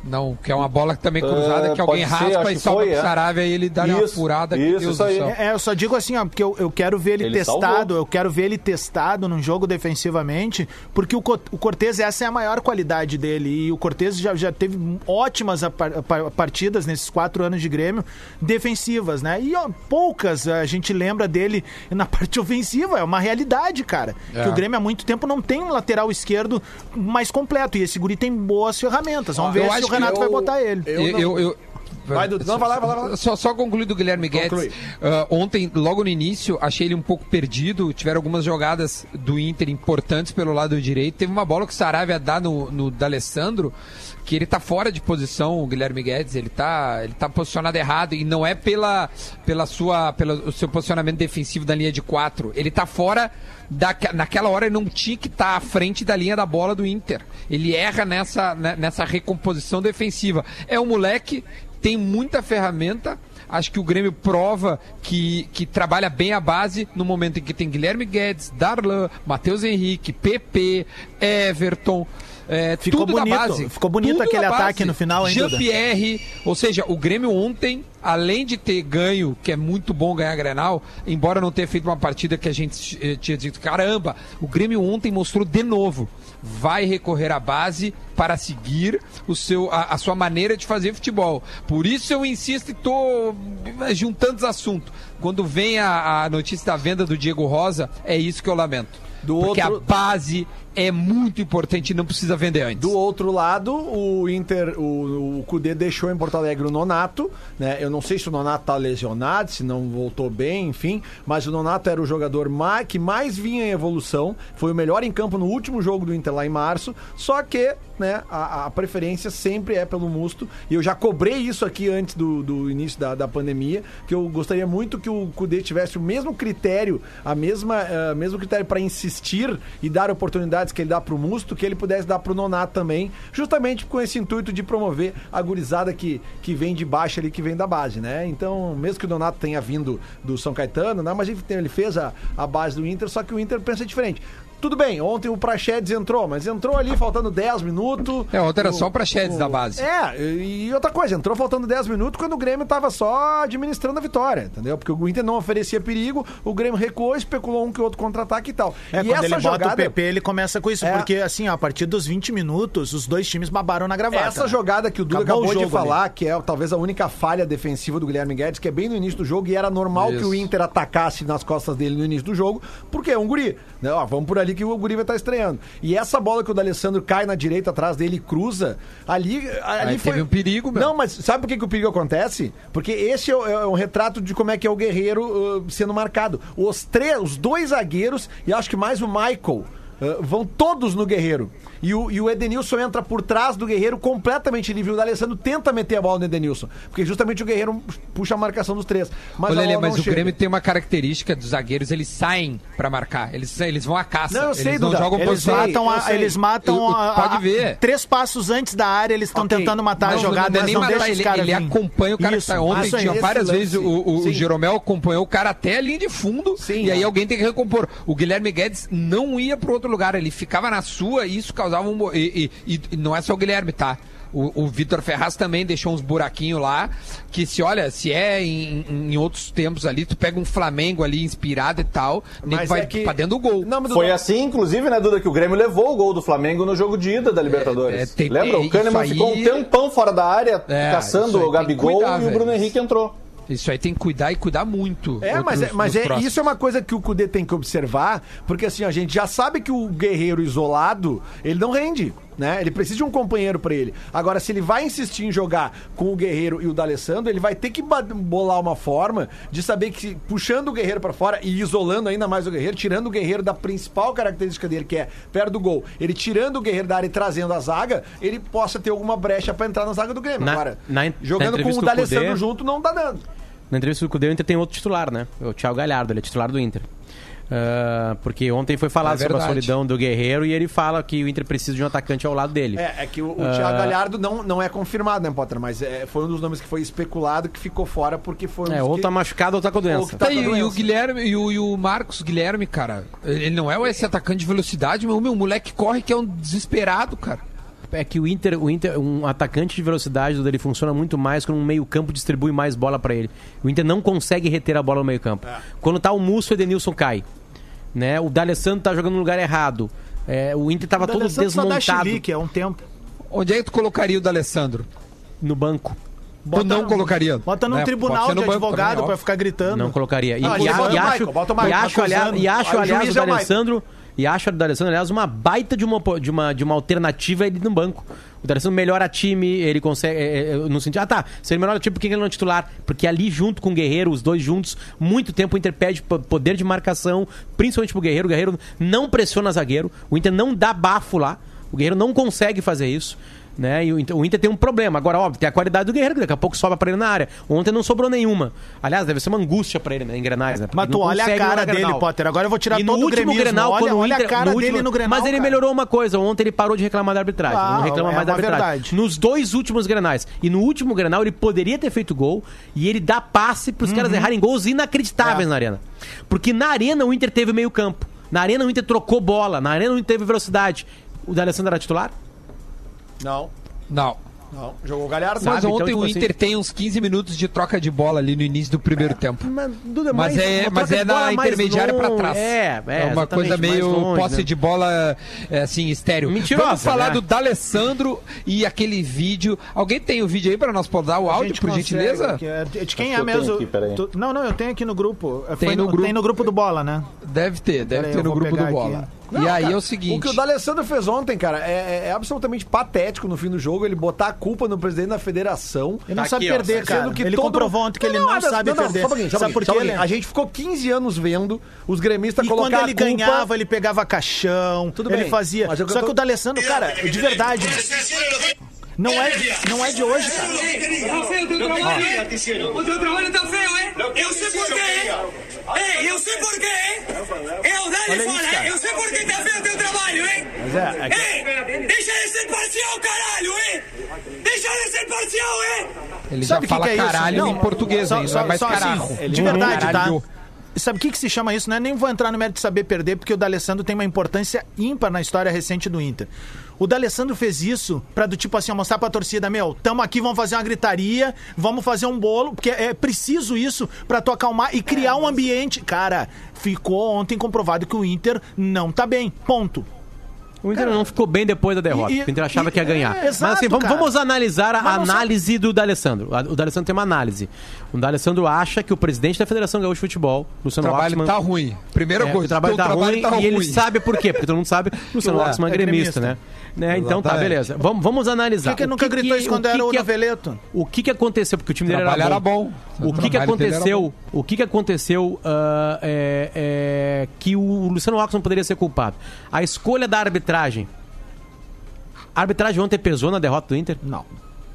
C: Não, que é uma bola que também cruzada,
F: É,
C: que alguém
F: pode ser,
C: raspa
F: acho
C: e
F: que
C: sobra
F: foi,
C: pro
F: é.
C: Saravia e ele dá uma
F: Isso,
C: furada. que
F: isso,
C: Deus
F: isso
C: do
F: aí.
C: céu.
D: É, eu só digo assim, ó, porque eu, eu quero ver ele,
F: Ele
D: testado,
F: salvou.
D: eu quero ver ele testado num jogo defensivamente, porque o, Co- o Cortez, essa é a maior qualidade dele. E o Cortez já, já teve ótimas apar- apar- partidas nesses quatro anos de Grêmio, defensivas, né? E ó, poucas a gente lembra dele na parte ofensiva, é uma realidade, cara.
C: É.
D: Que o Grêmio há muito tempo não tem um lateral esquerdo mais completo. E esse guri tem boas ferramentas. Vamos
C: Ó, eu
D: ver se
C: acho
D: o Renato
C: que
D: vai
C: eu-
D: botar ele.
C: Eu, eu, eu-
E: Vai, Dudu. Não, vai lá, vai lá, vai lá.
C: Só, só concluir do Guilherme Guedes.
E: Conclui.
C: Ah, ontem, logo no início, achei ele um pouco perdido. Tiveram algumas jogadas do Inter importantes pelo lado direito. Teve uma bola que o Saravia dá no, no D'Alessandro, que ele tá fora de posição, o Guilherme Guedes. Ele tá, ele tá posicionado errado. E não é pela, pela sua, pelo seu posicionamento defensivo da linha de quatro. Ele tá fora. Da, naquela hora ele não tinha que estar à frente da linha da bola do Inter. Ele erra nessa, né, nessa recomposição defensiva. É um moleque, tem muita ferramenta. Acho que o Grêmio prova que, que trabalha bem a base no momento em que tem Guilherme Guedes, Darlan, Matheus Henrique, PP, Everton. é,
D: Ficou
C: tudo
D: bonito,
C: da base.
D: ficou bonito
C: Tudo
D: aquele
C: da
D: ataque no final, hein, Duda?
C: Jean-Pierre, ou seja, o Grêmio ontem, além de ter ganho, que é muito bom ganhar Grenal, embora não tenha feito uma partida que a gente eh, tinha dito, caramba, o Grêmio ontem mostrou de novo, vai recorrer à base para seguir o seu, a, a sua maneira de fazer futebol. Por isso eu insisto e tô eh, juntando os assuntos. Quando vem a, a notícia da venda do Diego Rosa, é isso que eu lamento.
E: Do
C: Porque
E: outro-
C: a base é muito importante e não precisa vender antes.
E: Do outro lado, o Inter, o, o Cudê deixou em Porto Alegre o Nonato, né? Eu não sei se o Nonato tá lesionado, se não voltou bem, enfim, mas o Nonato era o jogador ma- que mais vinha em evolução, foi o melhor em campo no último jogo do Inter lá em março, só que, né, a, a preferência sempre é pelo Musto, e eu já cobrei isso aqui antes do, do início da, da pandemia, que eu gostaria muito que o Cudê tivesse o mesmo critério, a mesma, eh, mesmo critério para insistir e dar oportunidades que ele dá pro Musto, que ele pudesse dar pro Nonato também, justamente com esse intuito de promover a gurizada que, que vem de baixo ali, que vem da base, né? Então, mesmo que o Nonato tenha vindo do São Caetano, né? mas ele, ele fez a, a base do Inter, só que o Inter pensa diferente. Tudo bem, ontem o Praxedes entrou, mas entrou ali faltando 10 minutos.
C: É, ontem era
E: O-
C: só o Praxedes da base.
E: É, e outra coisa, entrou faltando 10 minutos quando o Grêmio tava só administrando a vitória, entendeu? Porque o Inter não oferecia perigo, o Grêmio recuou, especulou um que outro contra-ataque e tal.
D: É,
E: e
D: quando ele bota o PP, ele começa com isso,
E: É.
D: porque assim, ó, a partir dos 20 minutos, os dois times babaram na gravata.
E: Essa
D: né?
E: jogada que o Duda
D: Acabou
E: acabou,
D: o
E: de
D: jogo ali.
E: falar, que é talvez a única falha defensiva do Guilherme Guedes, que é bem no início do jogo, e era normal que
C: Isso.
E: o Inter atacasse nas costas dele no início do jogo, porque é um guri. Né? Ó, vamos por ali que o guri vai estar estreando. E essa bola que o D'Alessandro cai na direita atrás dele e cruza, ali, ali
C: Aí
E: foi...
C: teve um perigo, meu.
E: Não, mas sabe por que, que o perigo acontece? Porque esse é, o- é um retrato de como é que é o guerreiro uh, sendo marcado. Os três, os dois zagueiros, e acho que mais o Michael. uh, vão todos no Guerreiro. E o, e o Edenilson entra por trás do Guerreiro completamente livre. O D'Alessandro tenta meter a bola no Edenilson. Porque justamente o Guerreiro puxa a marcação dos três. Mas,
C: Olha
E: a
C: ali,
E: bola
C: mas
E: não
C: o
E: chega.
C: Grêmio tem uma característica dos zagueiros, eles saem pra marcar. Eles, eles vão à caça.
E: Não, eu sei,
C: eles não
E: Duda.
C: jogam
E: Eles
D: Eles
C: posição.
E: sei,
D: matam,
E: eu
D: a-
E: sei.
D: eles matam
C: Eu- eu-
D: a-
C: pode
D: a-
C: ver.
D: três passos antes da área, eles estão
E: Ok.
D: tentando matar a
C: Não,
D: jogada,
C: não é
D: mas
C: nem
D: não
C: matar
D: deixa os
C: ele,
D: caras
C: ele
D: vir.
C: acompanha o cara
D: Isso,
C: que tá ontem,
E: isso aí,
C: tinha
E: esse
C: várias
E: lance.
C: vezes o, o,
E: Sim.
C: o Jeromel acompanhou o cara até a linha de fundo
E: Sim. é.
C: e aí alguém tem que recompor. O Guilherme Guedes não ia pro outro lugar, ele ficava na sua e isso causava um... bo- E, e- e não é só o Guilherme, tá? O, o Vitor Ferraz também deixou uns buraquinhos lá, que se olha, se é em, em- em outros tempos ali, tu pega um Flamengo ali inspirado e tal, nem
E: Mas
C: vai
E: é que-
C: pra dentro do gol.
E: Não, mas
F: Foi
E: Duda,
F: assim, inclusive, né, Duda, que o Grêmio levou o gol do Flamengo no jogo de ida da Libertadores.
C: É, é, tem-
F: Lembra?
C: é,
F: O Kahneman
C: isso aí-
F: ficou um tempão fora da área,
C: É, isso
F: caçando
C: aí tem
F: o
C: que
F: Gabigol
C: cuidar,
F: e o Bruno
C: velho.
F: Henrique entrou.
C: Isso aí tem que cuidar e cuidar muito.
E: É, mas, é,
C: outros-
E: mas
C: dos
E: é-
C: próximos.
E: isso é uma coisa que o Kudê tem que observar, porque assim, a gente já sabe que o guerreiro isolado, ele não rende, né? Ele precisa de um companheiro pra ele. Agora, se ele vai insistir em jogar com o guerreiro e o D'Alessandro, ele vai ter que ba- bolar uma forma de saber que puxando o guerreiro pra fora e isolando ainda mais o guerreiro, tirando o guerreiro da principal característica dele, que é perto do gol, ele tirando o guerreiro da área e trazendo a zaga, ele possa ter alguma brecha pra entrar na zaga do Grêmio.
G: Na-
E: Agora,
G: na en- na
E: jogando com
G: entrevista
E: o
G: do
E: D'Alessandro
G: Kudê-
E: junto, não tá dando.
G: Na entrevista do Cudê, o Inter tem outro titular, né? O Thiago Galhardo, ele é titular do Inter. Ah, porque ontem foi falado
C: É
G: sobre a
C: verdade.
G: solidão do Guerreiro e ele fala que o Inter precisa de um atacante ao lado dele.
E: É, é que o, o
G: Ah.
E: Thiago Galhardo não, não é confirmado, né, Potter? Mas é, foi um dos nomes que foi especulado que ficou fora porque foi um
G: É,
E: dos
G: ou
E: que...
G: tá machucado ou tá com
E: Ou que
G: doença.
E: tá-
C: Tá, e, e o
E: doença.
C: Guilherme e o, e o Marcos Guilherme, cara, ele não é esse atacante de velocidade, meu, meu o moleque corre que é um desesperado, cara.
G: É que o Inter, o Inter, um atacante de velocidade Duda, ele funciona muito mais quando um meio-campo distribui mais bola pra ele. O Inter não consegue reter a bola no meio-campo. Quando tá o Musso, o Edenilson cai. Né? O D'Alessandro tá jogando no lugar errado. É, o Inter tava
D: O
G: todo
D: D'Alessandro só dá
G: desmontado
D: chilique, é um tempo.
C: Onde é que tu colocaria o D'Alessandro?
G: no banco.
C: Tu não colocaria.
D: Bota num
C: né? Pode
D: tribunal
C: ser no
D: de
C: banco
D: advogado
C: também,
D: pra
C: ó.
D: ficar gritando.
G: Não colocaria. E,
E: Não,
G: e
E: ele
G: a-
E: bota
G: e
E: o
G: acho,
E: Michael, bota o
G: e
E: Michael,
G: acho,
E: tá
G: aliás,
E: acusando.
G: e acho,
E: Aí o
G: aliás,
E: juiz
G: o
E: é o Michael.
G: D'Alessandro, e acho o D'Alessandro, aliás, uma baita de uma, po- de uma, de uma alternativa ele no banco. O D'Alessandro melhora time, ele consegue, é, é, no sentido, ah tá, se ele melhora time, por que ele não é titular? Porque ali junto com o Guerreiro, os dois juntos, muito tempo o Inter perde po- poder de marcação, principalmente pro Guerreiro, o Guerreiro não pressiona zagueiro, o Inter não dá bafo lá, o Guerreiro não consegue fazer isso. Né? E o Inter, o Inter tem um problema. Agora, óbvio, tem a qualidade do Guerreiro, que daqui a pouco sobra pra ele na área. Ontem não sobrou nenhuma. Aliás, deve ser uma angústia pra ele, né? Em Grenais, né? Porque
D: Mas
G: ele
D: tu
G: não
D: olha a
G: consegue
D: cara
G: jogar
D: dele,
G: Grenal.
D: Potter. Agora eu vou tirar
G: E
D: todo
G: no
D: o
G: último
D: gremismo.
G: Grenal,
D: Olha-
G: quando o
D: olha a
G: Inter-
D: cara
G: último-
D: dele no Grenal,
G: Mas ele
D: cara.
G: melhorou uma coisa. Ontem ele parou de reclamar da arbitragem.
D: Ah,
G: não reclama
D: é
G: mais da
D: uma
G: arbitragem.
D: verdade.
G: Nos dois últimos Grenais. E no último Grenal ele poderia ter feito gol e ele dá passe
D: Uhum.
G: pros caras errarem gols
D: É.
G: inacreditáveis na arena. Porque na arena o Inter teve meio campo. Na arena o Inter trocou bola. Na arena o Inter teve velocidade. O D'Alessandro era titular?
E: Não,
C: Não.
E: não. Jogou o Galhardo.
C: Mas
G: Sabe, então,
C: ontem
G: tipo
C: o
G: assim- É,
C: Inter tem uns 15 minutos de troca de bola ali no início do primeiro tempo.
G: Mas, Duda,
C: Mas
G: mais-
C: é,
G: uma
C: mas
G: troca
C: é
G: de bola
C: na
G: mais
C: intermediária pra
G: longe.
C: trás.
G: É, é,
C: uma
G: exatamente,
C: coisa
G: mais
C: meio
G: longe,
C: posse
G: né?
C: de bola é, assim, estéreo.
G: Mentirosa,
C: Vamos falar
G: né?
C: do D'Alessandro e aquele vídeo. Alguém tem o vídeo aí pra nós podar o
D: A
C: áudio,
D: gente
C: por
D: consegue,
C: gentileza?
D: que é De de quem
F: Acho
D: é
F: que eu tenho
D: mesmo?
F: aqui, peraí.
D: Tu- Não, não, eu tenho aqui no grupo. Foi
C: Tem no grupo.
D: tem no grupo do Bola, né?
C: Deve ter, deve
D: Peraí, eu
C: ter no
D: vou
C: grupo do
D: pegar
C: Bola.
E: Não,
C: e aí
E: cara,
C: é o seguinte.
E: O que o D'Alessandro fez ontem, cara, é, é absolutamente patético no fim do jogo ele botar a culpa no presidente da federação.
D: Ele não sabe perder, cara.
E: Sendo que
D: ele
E: todo-
D: comprovou ontem que ele não,
E: Adams,
D: sabe perder.
E: Só um pouquinho, só um
D: sabe
E: pouquinho,
D: por
E: só um
D: quê,
E: pouquinho.
D: Lê?
E: A gente ficou 15 anos vendo os gremistas
D: E quando
E: colocar
D: ele
E: a culpa...
D: ganhava, ele pegava caixão,
E: Tudo
D: ele
E: bem,
D: fazia.
E: mas eu
D: Só
E: tô-
D: que o D'Alessandro, cara, de verdade. Não é, não é de hoje, cara.
L: Tá feio o teu trabalho, hein? O teu trabalho tá feio, hein? Eu sei porquê, hein? Ei, eu sei porquê, hein? Eu, dale fora, hein? Eu sei porquê tá feio o teu trabalho, hein?
E: é,
L: Ei, deixa de ser parcial, caralho, hein? Deixa de ser parcial, hein?
C: Ele
D: Sabe
C: já
D: que
C: fala
D: que é isso?
C: caralho
D: Não,
C: em português,
D: só-
C: hein?
D: só-
C: não é mais
D: só assim,
C: caralho.
D: de verdade, tá? Sabe o que, que se chama isso? Não é nem vou entrar no mérito de saber perder, porque o D'Alessandro tem uma importância ímpar na história recente do Inter. O D'Alessandro fez isso pra do tipo assim, ó, mostrar pra torcida, meu, tamo aqui, vamos fazer uma gritaria, vamos fazer um bolo, porque é preciso isso pra tu acalmar e criar um ambiente. Cara, ficou ontem comprovado que o Inter não tá bem. Ponto.
G: O Inter não ficou bem depois da derrota.
D: e-
G: o Inter achava
D: e-
G: que ia ganhar.
D: é,
G: Mas
D: exato,
G: assim, vamos,
D: cara.
G: vamos analisar a
D: Mas não
G: análise do D'Alessandro. A- O D'Alessandro tem uma análise. O D'Alessandro acha que o presidente da Federação Gaúcha de Futebol, Luciano
C: trabalho
G: Oxman...
C: tá ruim. Primeira
G: É,
C: coisa,
G: o trabalho
C: teu
G: tá
C: trabalho
G: ruim
C: tá
G: e ele
C: ruim.
G: sabe por quê, porque todo mundo sabe que o Luciano
C: É,
G: Oxman é
C: é
G: gremista,
C: gremista.
G: né? Né, Então tá,
C: Exatamente.
G: beleza. Vamos, vamos analisar.
D: Por que que
G: O
D: nunca gritou isso
G: o
D: quando era o
G: que
D: noveleto?
G: O que que aconteceu? Porque o time dele
C: Trabalho
G: era
C: era
G: bom.
C: bom.
G: O que que
C: Trabalho dele era
G: aconteceu?
C: bom.
G: O que que aconteceu ah, é, é, que o Luciano Oxman poderia ser culpado? A escolha da arbitragem. A arbitragem ontem pesou na derrota do Inter?
D: Não.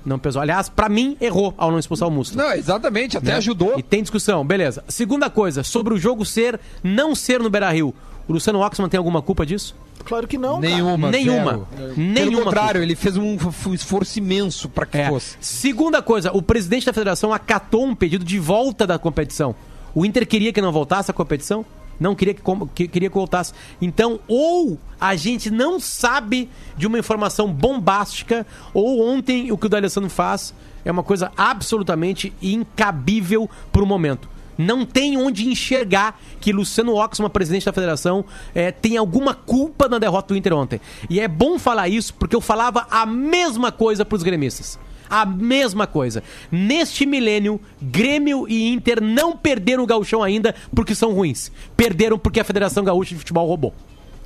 G: Não pesou. Aliás, pra mim, errou ao não expulsar o Musto.
C: Não, exatamente, até
G: né?
C: ajudou.
G: E tem discussão, beleza. Segunda coisa, sobre o jogo ser, não ser no Beira-Rio. O Luciano Oxman tem alguma culpa disso?
D: Claro que não. cara.
C: Nenhuma.
G: Nenhuma.
C: zero.
G: Nenhuma
C: Pelo contrário,
G: culpa.
C: ele fez um f- esforço imenso pra que
G: É.
C: fosse.
G: Segunda coisa, o presidente da federação acatou um pedido de volta da competição. O Inter queria que não voltasse a competição, não queria que, com- que- queria que voltasse. Então, ou a gente não sabe de uma informação bombástica, ou ontem o que o D'Alessandro faz é uma coisa absolutamente incabível pro momento. Não tem onde enxergar que Luciano Oxman, presidente da federação, eh, tem alguma culpa na derrota do Inter ontem. E é bom falar isso porque eu falava a mesma coisa pros gremistas. A mesma coisa. Neste milênio, Grêmio e Inter não perderam o gauchão ainda porque são ruins. Perderam porque a Federação Gaúcha de Futebol roubou.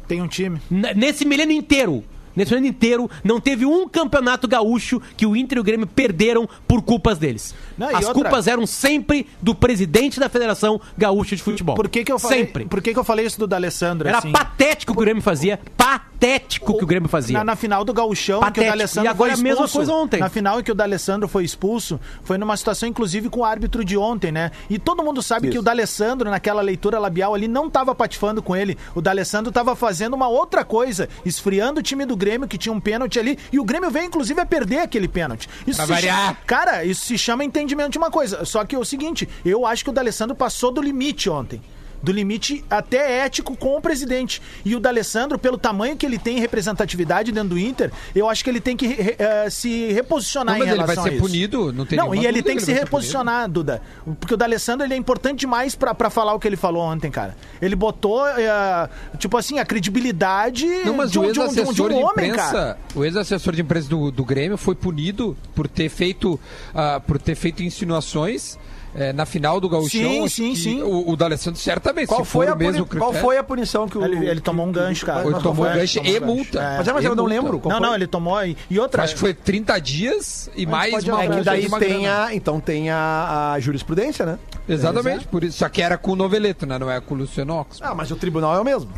D: Tem um time.
G: N- nesse milênio inteiro, nesse milênio inteiro, não teve um campeonato gaúcho que o Inter e o Grêmio perderam por culpas deles.
D: Não, e
G: As
D: outra-
G: culpas eram sempre do presidente da Federação Gaúcha de Futebol.
D: Por que, que eu falei?
G: Sempre.
D: Por que, que eu falei isso do D'Alessandro?
G: Era
D: assim?
G: patético o que o Grêmio fazia. Patético o que o Grêmio fazia.
D: Na, na final do Gauchão, em que
G: Patético.
D: o D'Alessandro
G: E agora
D: foi
G: a mesma
D: expulso,
G: coisa ontem.
D: Na final em que o D'Alessandro foi expulso, foi numa situação, inclusive, com o árbitro de ontem, né? E todo mundo sabe que o D'Alessandro, naquela leitura labial ali, não tava patifando com ele. O D'Alessandro tava fazendo uma outra coisa, esfriando o time do Grêmio, que tinha um pênalti ali, e o Grêmio veio, inclusive, a perder aquele pênalti. Isso
C: Pra
D: se
C: variar.
D: chama- Cara, isso se chama entendimento de uma coisa. Só que é o seguinte, eu acho que o D'Alessandro passou do limite ontem. Do limite até ético com o presidente. E o D'Alessandro, pelo tamanho que ele tem em representatividade dentro do Inter, eu acho que ele tem que re- eh, se reposicionar
C: Não, mas
D: em
C: ele vai
D: relação a
C: ser
D: isso.
C: punido, não tem
D: Não,
C: nenhuma
D: e ele
C: dúvida
D: tem
C: que
D: que se
C: ele vai ser punido.
D: reposicionar, Duda. Porque o D'Alessandro ele é importante demais pra, pra falar o que ele falou ontem, cara. Ele botou, eh, tipo assim, a credibilidade
C: Não, mas
D: de,
C: o
D: um, de, um, de, um, de
C: ex-assessor
D: um
C: É, de
D: homem, cara.
C: imprensa, o ex-assessor de imprensa do, do Grêmio foi punido por ter feito, ah, por ter feito insinuações eh, na final do Gauchão.
D: Sim,
C: acho
D: sim,
C: que
D: sim.
C: O, o D'Alessandro certamente.
E: Qual
C: se
E: foi,
C: for
E: a
C: o mesmo
E: puni- qual
C: critério-
E: foi a punição que o.
D: Ele, ele tomou um gancho, cara.
E: Mas
C: Ele
E: qual
C: tomou
E: foi?
C: gancho
E: Tomou
C: e
E: gancho.
C: multa.
E: É. Mas é, mas
C: E
E: eu não
C: multa.
E: lembro. Qual
D: Não,
E: foi?
D: não, ele tomou. e- E outra.
C: Acho que foi 30 dias e mais
D: pode
C: uma
D: atrasar.
E: É
C: multa
E: que
C: de
E: daí
C: uma
E: tem
C: grana.
E: a, então tem a, a jurisprudência, né?
C: Exatamente, por isso. Só que era com o Noveleto, né? Não é com o Luciano Ox.
E: Ah, mas o tribunal é o mesmo.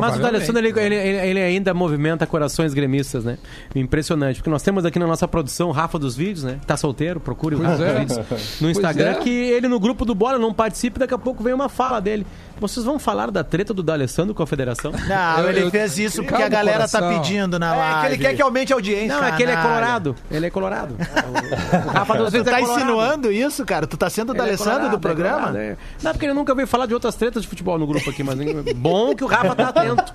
G: Mas o D'Alessandro,
C: né?
G: ele, ele, ele- ele ainda movimenta corações gremistas, né? Impressionante. Porque nós temos aqui na nossa produção o Rafa dos Vídeos, né? Tá solteiro, procure o
C: Pois
G: Rafa
C: é.
G: dos Vídeos no Instagram.
C: é.
G: Que ele no grupo do Bola não participa e daqui a pouco vem uma fala dele. Vocês vão falar da treta do D'Alessandro com a federação?
D: Não,
C: Eu-
D: Ah, ele
C: eu-
D: fez isso porque
C: Calma
D: a galera tá
C: coração.
D: pedindo na
E: É,
D: live.
E: que ele quer que aumente a audiência. né?
G: Não, é que ele é
D: canalha.
G: colorado. Ele é colorado. O Rafa dos
D: Tu
G: Vídeos
D: tá
G: é colorado.
D: insinuando isso, cara? Tu tá sendo o
G: Ele é
D: D'Alessandro
G: colorado,
D: do
G: é colorado,
D: programa?
G: é. Não, porque ele nunca veio falar de outras tretas de futebol no grupo aqui, mas é bom que o Rafa tá atento.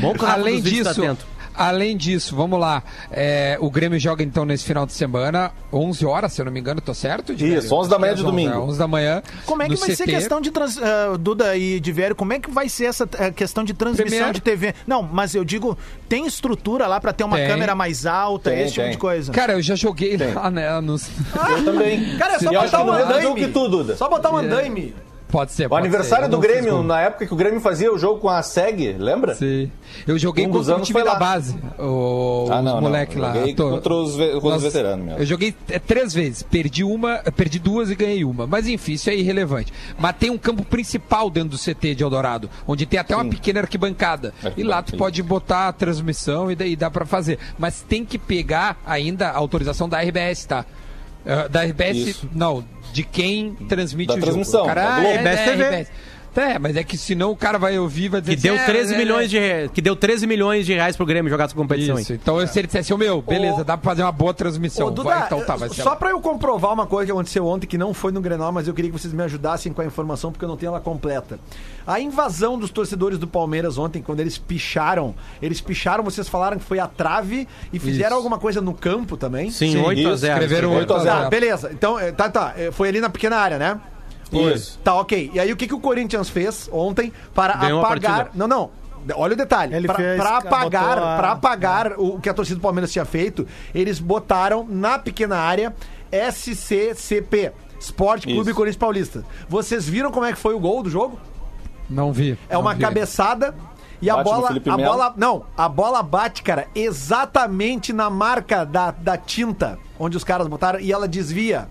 G: Bom que o Rafa
C: Além
G: dos Vídeos
C: disso,
G: tá atento.
C: além disso, vamos lá. É, o Grêmio joga então nesse final de semana, 11 horas, se eu não me engano, tô certo? Diverio?
F: Isso, 11 da manhã de
C: Acho que é 11,
F: domingo.
C: é, 11 da manhã.
D: Como é que
C: no
D: vai ser
C: CT.
D: questão de trans, ah, Duda e de Vério, como é que vai ser essa ah, questão de transmissão
C: Primeiro-
D: de TV? Não, mas eu digo, tem estrutura lá pra ter uma
C: Tem.
D: câmera mais alta,
F: Tem,
D: esse tipo
F: tem.
D: de coisa?
C: Cara, eu já joguei lá, né? Nos...
F: Eu também.
E: Cara, é só
F: E eu acho
E: botar
F: que
E: um
F: no Brasil
E: andaime.
F: que tu, Duda.
E: Só botar um andaime.
C: Pode ser.
F: O
C: pode
F: aniversário
C: ser,
F: do
C: eu não fiz
F: Grêmio,
C: gol.
F: na época que o Grêmio fazia o jogo com a SEG, lembra?
C: Sim. Eu joguei
F: Um dos
C: contra o
F: anos
C: time
F: foi
C: da
F: lá.
C: base, o,
F: Ah,
C: os
F: não, não.
C: moleque lá.
F: Joguei
C: Tô-
F: contra os ve- contra
C: Nós-
F: os veteranos mesmo.
C: Eu joguei é, três vezes, perdi uma, eh, perdi duas e ganhei uma. Mas enfim, isso é irrelevante. Mas tem um campo principal dentro do CT de Eldorado, onde tem até uma pequena arquibancada. E lá tu
F: Arquibancada.
C: pode botar a transmissão e daí dá pra fazer. Mas tem que pegar ainda a autorização da RBS, tá? Eh, da RBS,
F: Isso.
C: não, de quem transmite
F: Da
C: o
F: transmissão,
C: jogo. O
F: da
C: Cara,
F: Globo.
C: é, da
G: RBS.
C: RBS. É, mas é que senão o cara vai ouvir, vai dizer
G: Que deu
C: assim, é,
G: 13
C: é,
G: milhões
C: é.
G: de re- que deu 13 milhões de reais pro Grêmio jogar essa competição.
C: Isso,
G: aí.
C: então se ele dissesse, ô meu, beleza, dá pra fazer uma boa transmissão.
E: Ô, Duda,
C: vai, então tá, vai ser.
E: só pra eu comprovar uma coisa que aconteceu ontem, que não foi no Grenal, mas eu queria que vocês me ajudassem com a informação, porque eu não tenho ela completa. A invasão dos torcedores do Palmeiras ontem, quando eles picharam, eles picharam, vocês falaram que foi a trave e fizeram
G: Isso.
E: alguma coisa no campo também?
G: Sim, 8 a 0.
C: escreveram 8 a 0.
E: Tá, beleza. Então, eh, tá, tá. eh, Foi ali na pequena área, né?
F: Isso.
E: Tá, ok. E aí o que, que o Corinthians fez ontem para
G: Ganhou a
E: apagar.
G: partida.
E: Não, não. Olha o detalhe.
D: Ele
E: Pra,
D: fez-
E: pra apagar,
D: botou a- é.
E: pra apagar o que a torcida do Palmeiras tinha feito, eles botaram na pequena área SCCP. Esporte Clube
F: Isso.
E: Corinthians Paulista. Vocês viram como é que foi o gol do jogo?
C: Não vi.
E: É uma cabeçada e a
F: Bate no
E: bola,
F: Felipe
E: a
F: Melo.
E: bola, não, a bola bate, cara, exatamente na marca da, da tinta onde os caras botaram e ela desvia.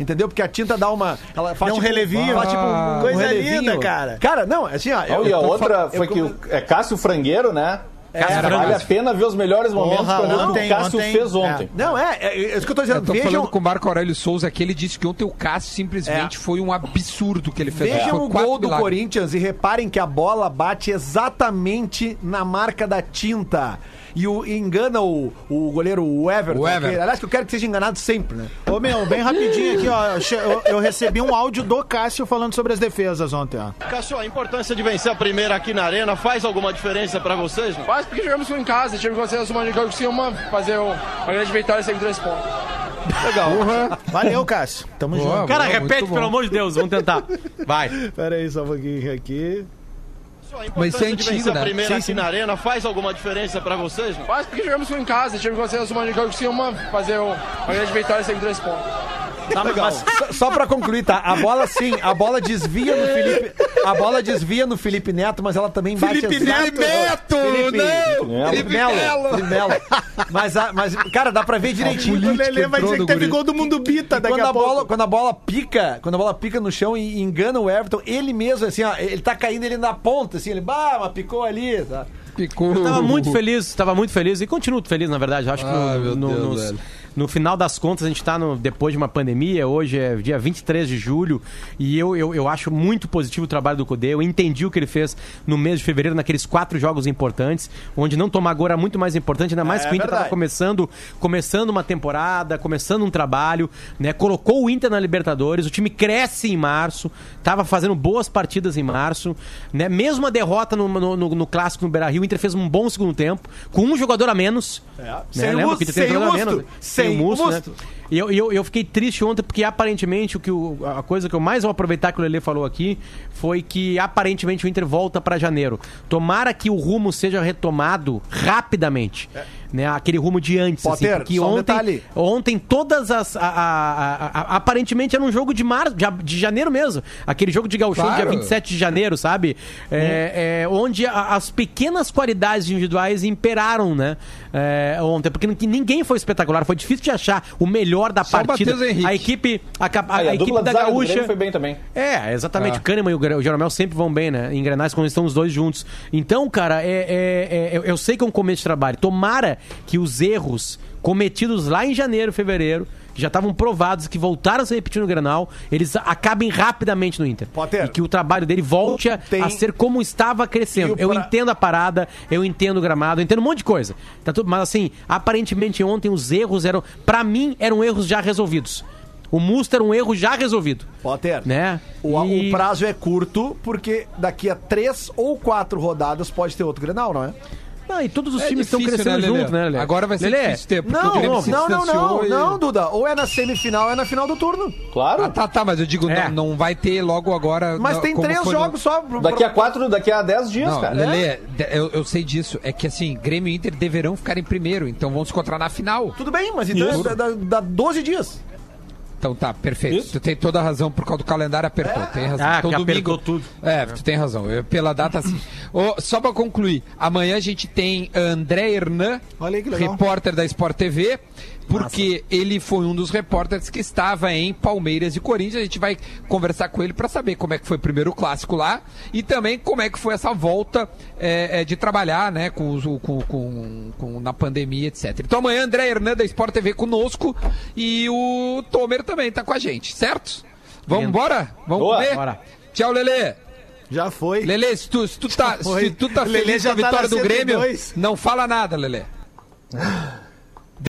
E: Entendeu? Porque a tinta dá uma. Ela faz
D: Dá um relevinho.
E: faz tipo
C: Ah,
E: um
D: Coisa
E: relevinho.
D: linda, cara.
E: Cara, não, assim, ó. eu-
F: É, e a
E: eu-
F: outra
E: eu-
F: foi que o- é Cássio Frangueiro, né?
G: Cássio
F: Cara,
G: Frangueiro.
F: vale a pena ver os melhores momentos
D: Porra,
F: quando o
D: ontem,
F: Cássio
D: ontem,
F: fez
D: é.
F: ontem.
E: Não, é, é, é isso que eu tô dizendo.
C: Eu tô
E: vejam
C: falando com o Marco Aurélio Souza que ele disse que ontem o Cássio simplesmente foi um absurdo que ele fez.
E: vejam
C: Foi
E: o
C: quatro
E: gol do
C: milagres.
E: Corinthians e reparem que a bola bate exatamente na marca da tinta. E, o, e engana o, o goleiro o Everton.
C: O Everton.
E: que- aliás, que eu quero que seja enganado sempre, né?
D: Ô meu, bem rapidinho aqui, ó. Eu, che- eu- eu recebi um áudio do Cássio falando sobre as defesas ontem, ó.
M: Cássio, a importância de vencer a primeira aqui na arena faz alguma diferença pra vocês? Não?
N: Faz porque jogamos em casa, tive que fazer uma de cima, fazer uma grande vitória sempre três pontos.
D: Valeu, Cássio. Tamo junto.
G: Cara,
C: Boa, muito
G: repete,
C: bom.
G: pelo amor de Deus, vamos tentar. Vai.
D: Pera aí, só um pouquinho aqui.
M: A importância
C: Mas isso é
M: de
C: antigo,
M: vencer
C: né?
M: a primeira
C: Sim,
M: aqui na arena faz alguma diferença pra vocês? Não?
N: Faz porque jogamos em casa, tive que fazer uma de cima, fazer uma grande vitória sempre três pontos.
E: Só- Só pra concluir, tá? A bola sim, a bola desvia no Felipe. A bola desvia no Felipe Neto, mas ela também bate
C: Felipe
E: exato-
C: Neto, né?
E: Felipe,
C: não!
E: Felipe Melo. Felipe Melo. Mas, a- mas, cara, dá pra ver direitinho.
D: O Lelê vai dizer que teve gol do mundo bita daqui
E: Quando
D: a,
E: a,
D: pouco.
E: bola, quando a bola pica, quando a bola pica no chão e engana o Everton, ele mesmo, assim, ó, ele tá caindo ele na ponta, assim, ele, bah, mas picou ali, tá?
C: Ficou.
G: Eu tava muito feliz, tava muito feliz e continuo feliz, na verdade. Acho que
C: Ah,
G: no,
C: meu
G: no-
C: Deus,
G: nos-
C: velho.
G: no final das contas, a gente tá no- depois de uma pandemia. Hoje é dia 23 de julho e eu, eu, eu acho muito positivo o trabalho do Cudê. Eu entendi o que ele fez no mês de fevereiro, naqueles quatro jogos importantes, onde não tomar gol era muito mais importante, ainda mais
E: É
G: que o Inter
E: verdade.
G: tava começando, começando uma temporada, começando um trabalho, né? Colocou o Inter na Libertadores, o time cresce em março, tava fazendo boas partidas em março, né? Mesmo a derrota no, no, no- no clássico no Beira Rio, o Inter fez um bom segundo tempo, com um jogador a menos. né?
E: É, Sem o
G: Lembra
E: Musto,
G: que o Inter tem um
E: sem o
G: jogador a
E: Musto,
G: menos, né?
E: sem
G: Sem o Musto,
E: o
G: né?
E: Musto.
G: E eu, e eu, eu fiquei triste ontem porque aparentemente o que o- a coisa que eu mais vou aproveitar que o Lele falou aqui foi que aparentemente o Inter volta para janeiro. Tomara que o rumo seja retomado rapidamente. Né, aquele rumo de antes,
E: É.
G: assim,
E: Potter,
G: porque
E: só um
G: ontem,
E: detalhe.
G: ontem todas as. a- a- a- a- aparentemente era um jogo de março, de, de janeiro mesmo. Aquele jogo de gauchão
C: Claro.
G: dia 27 de janeiro, sabe? É, é, onde a- as pequenas qualidades individuais imperaram, né? É, ontem, porque n- ninguém foi espetacular, foi difícil de achar o melhor da
C: Só o
G: partida.
C: Matheus Henrique.
G: A equipe, a, cap- a-
F: Aí,
G: a
F: a
G: equipe
F: dupla
G: da
F: da do Grêmio
G: Gaúcha.
F: foi bem também.
G: É, exatamente.
C: Ah.
G: O Kahneman e o Gra- o Jeromel sempre vão bem, né? Em Grenais, quando estão os dois juntos. Então, cara, é, é- é- eu, eu sei que é um começo de trabalho. Tomara que os erros cometidos lá em janeiro, fevereiro, que já estavam provados, que voltaram a se repetir no Granal, eles acabem rapidamente no Inter.
E: Potter.
G: E que o trabalho dele volte a,
E: Tem-
G: a ser como estava crescendo.
E: E o
G: Eu
E: pra-
G: entendo a parada, eu entendo o gramado, eu entendo um monte de coisa. Tá tudo- Mas assim, aparentemente ontem os erros eram... Pra mim, eram erros já resolvidos. O Musto era um erro já resolvido.
E: Potter,
G: Né?
E: o,
G: E-
E: o prazo é curto, porque daqui a três ou quatro rodadas pode ter outro Grenal, não é?
G: Não, e todos os
C: É
G: times estão
C: difícil,
G: crescendo
C: né, Lelê?
G: junto, né, Lelê?
C: Agora vai ser
G: Lelê,
C: difícil ter, porque o
E: Não,
C: Grêmio
E: não,
C: se
E: não, não, não,
C: distanciou e-
E: Duda. Ou é na semifinal, ou é na final do turno.
F: Claro.
C: Ah, tá, tá, mas eu digo,
G: É.
C: não, não vai ter logo agora.
E: Mas
C: não,
E: tem
C: como
E: três
C: foi no-
E: jogos só. pro-
F: Daqui a quatro, daqui a dez dias,
C: Não,
F: cara.
C: Lelê, de- eu, eu sei disso. É que assim, Grêmio e Inter deverão ficar em primeiro, então vão se encontrar na final.
E: Tudo bem, mas então
F: Isso.
E: dá, dá- dá 12 dias.
C: Então tá, perfeito.
F: Isso.
C: Tu tem toda a razão, por causa do calendário apertou. Tem razão.
G: Ah,
C: então,
G: que
C: domingo,
G: apertou tudo.
C: É, tu tem razão. Eu- pela data, sim. Ô, só pra concluir, amanhã a gente tem André Hernan,
D: Olha aí que legal.
C: repórter da Sport TV, porque ele foi um dos repórteres que estava em Palmeiras e Corinthians. A gente vai conversar com ele pra saber como é que foi o primeiro clássico lá e também como é que foi essa volta é, é, de trabalhar, né, com, os- com- com- com- na pandemia, etc. Então amanhã André Hernan da Sport TV conosco e o Tomer também tá com a gente, certo? Vamos embora? Vamos
F: Boa.
C: comer?
G: Bora.
C: Tchau, Lelê.
D: Já foi.
C: Lele, se tu, se tu tá,
D: foi.
C: se tu tá
D: Lelê
C: feliz com
D: já
C: a
D: tá na
C: vitória do Grêmio,
D: 102.
C: não fala nada, Lele.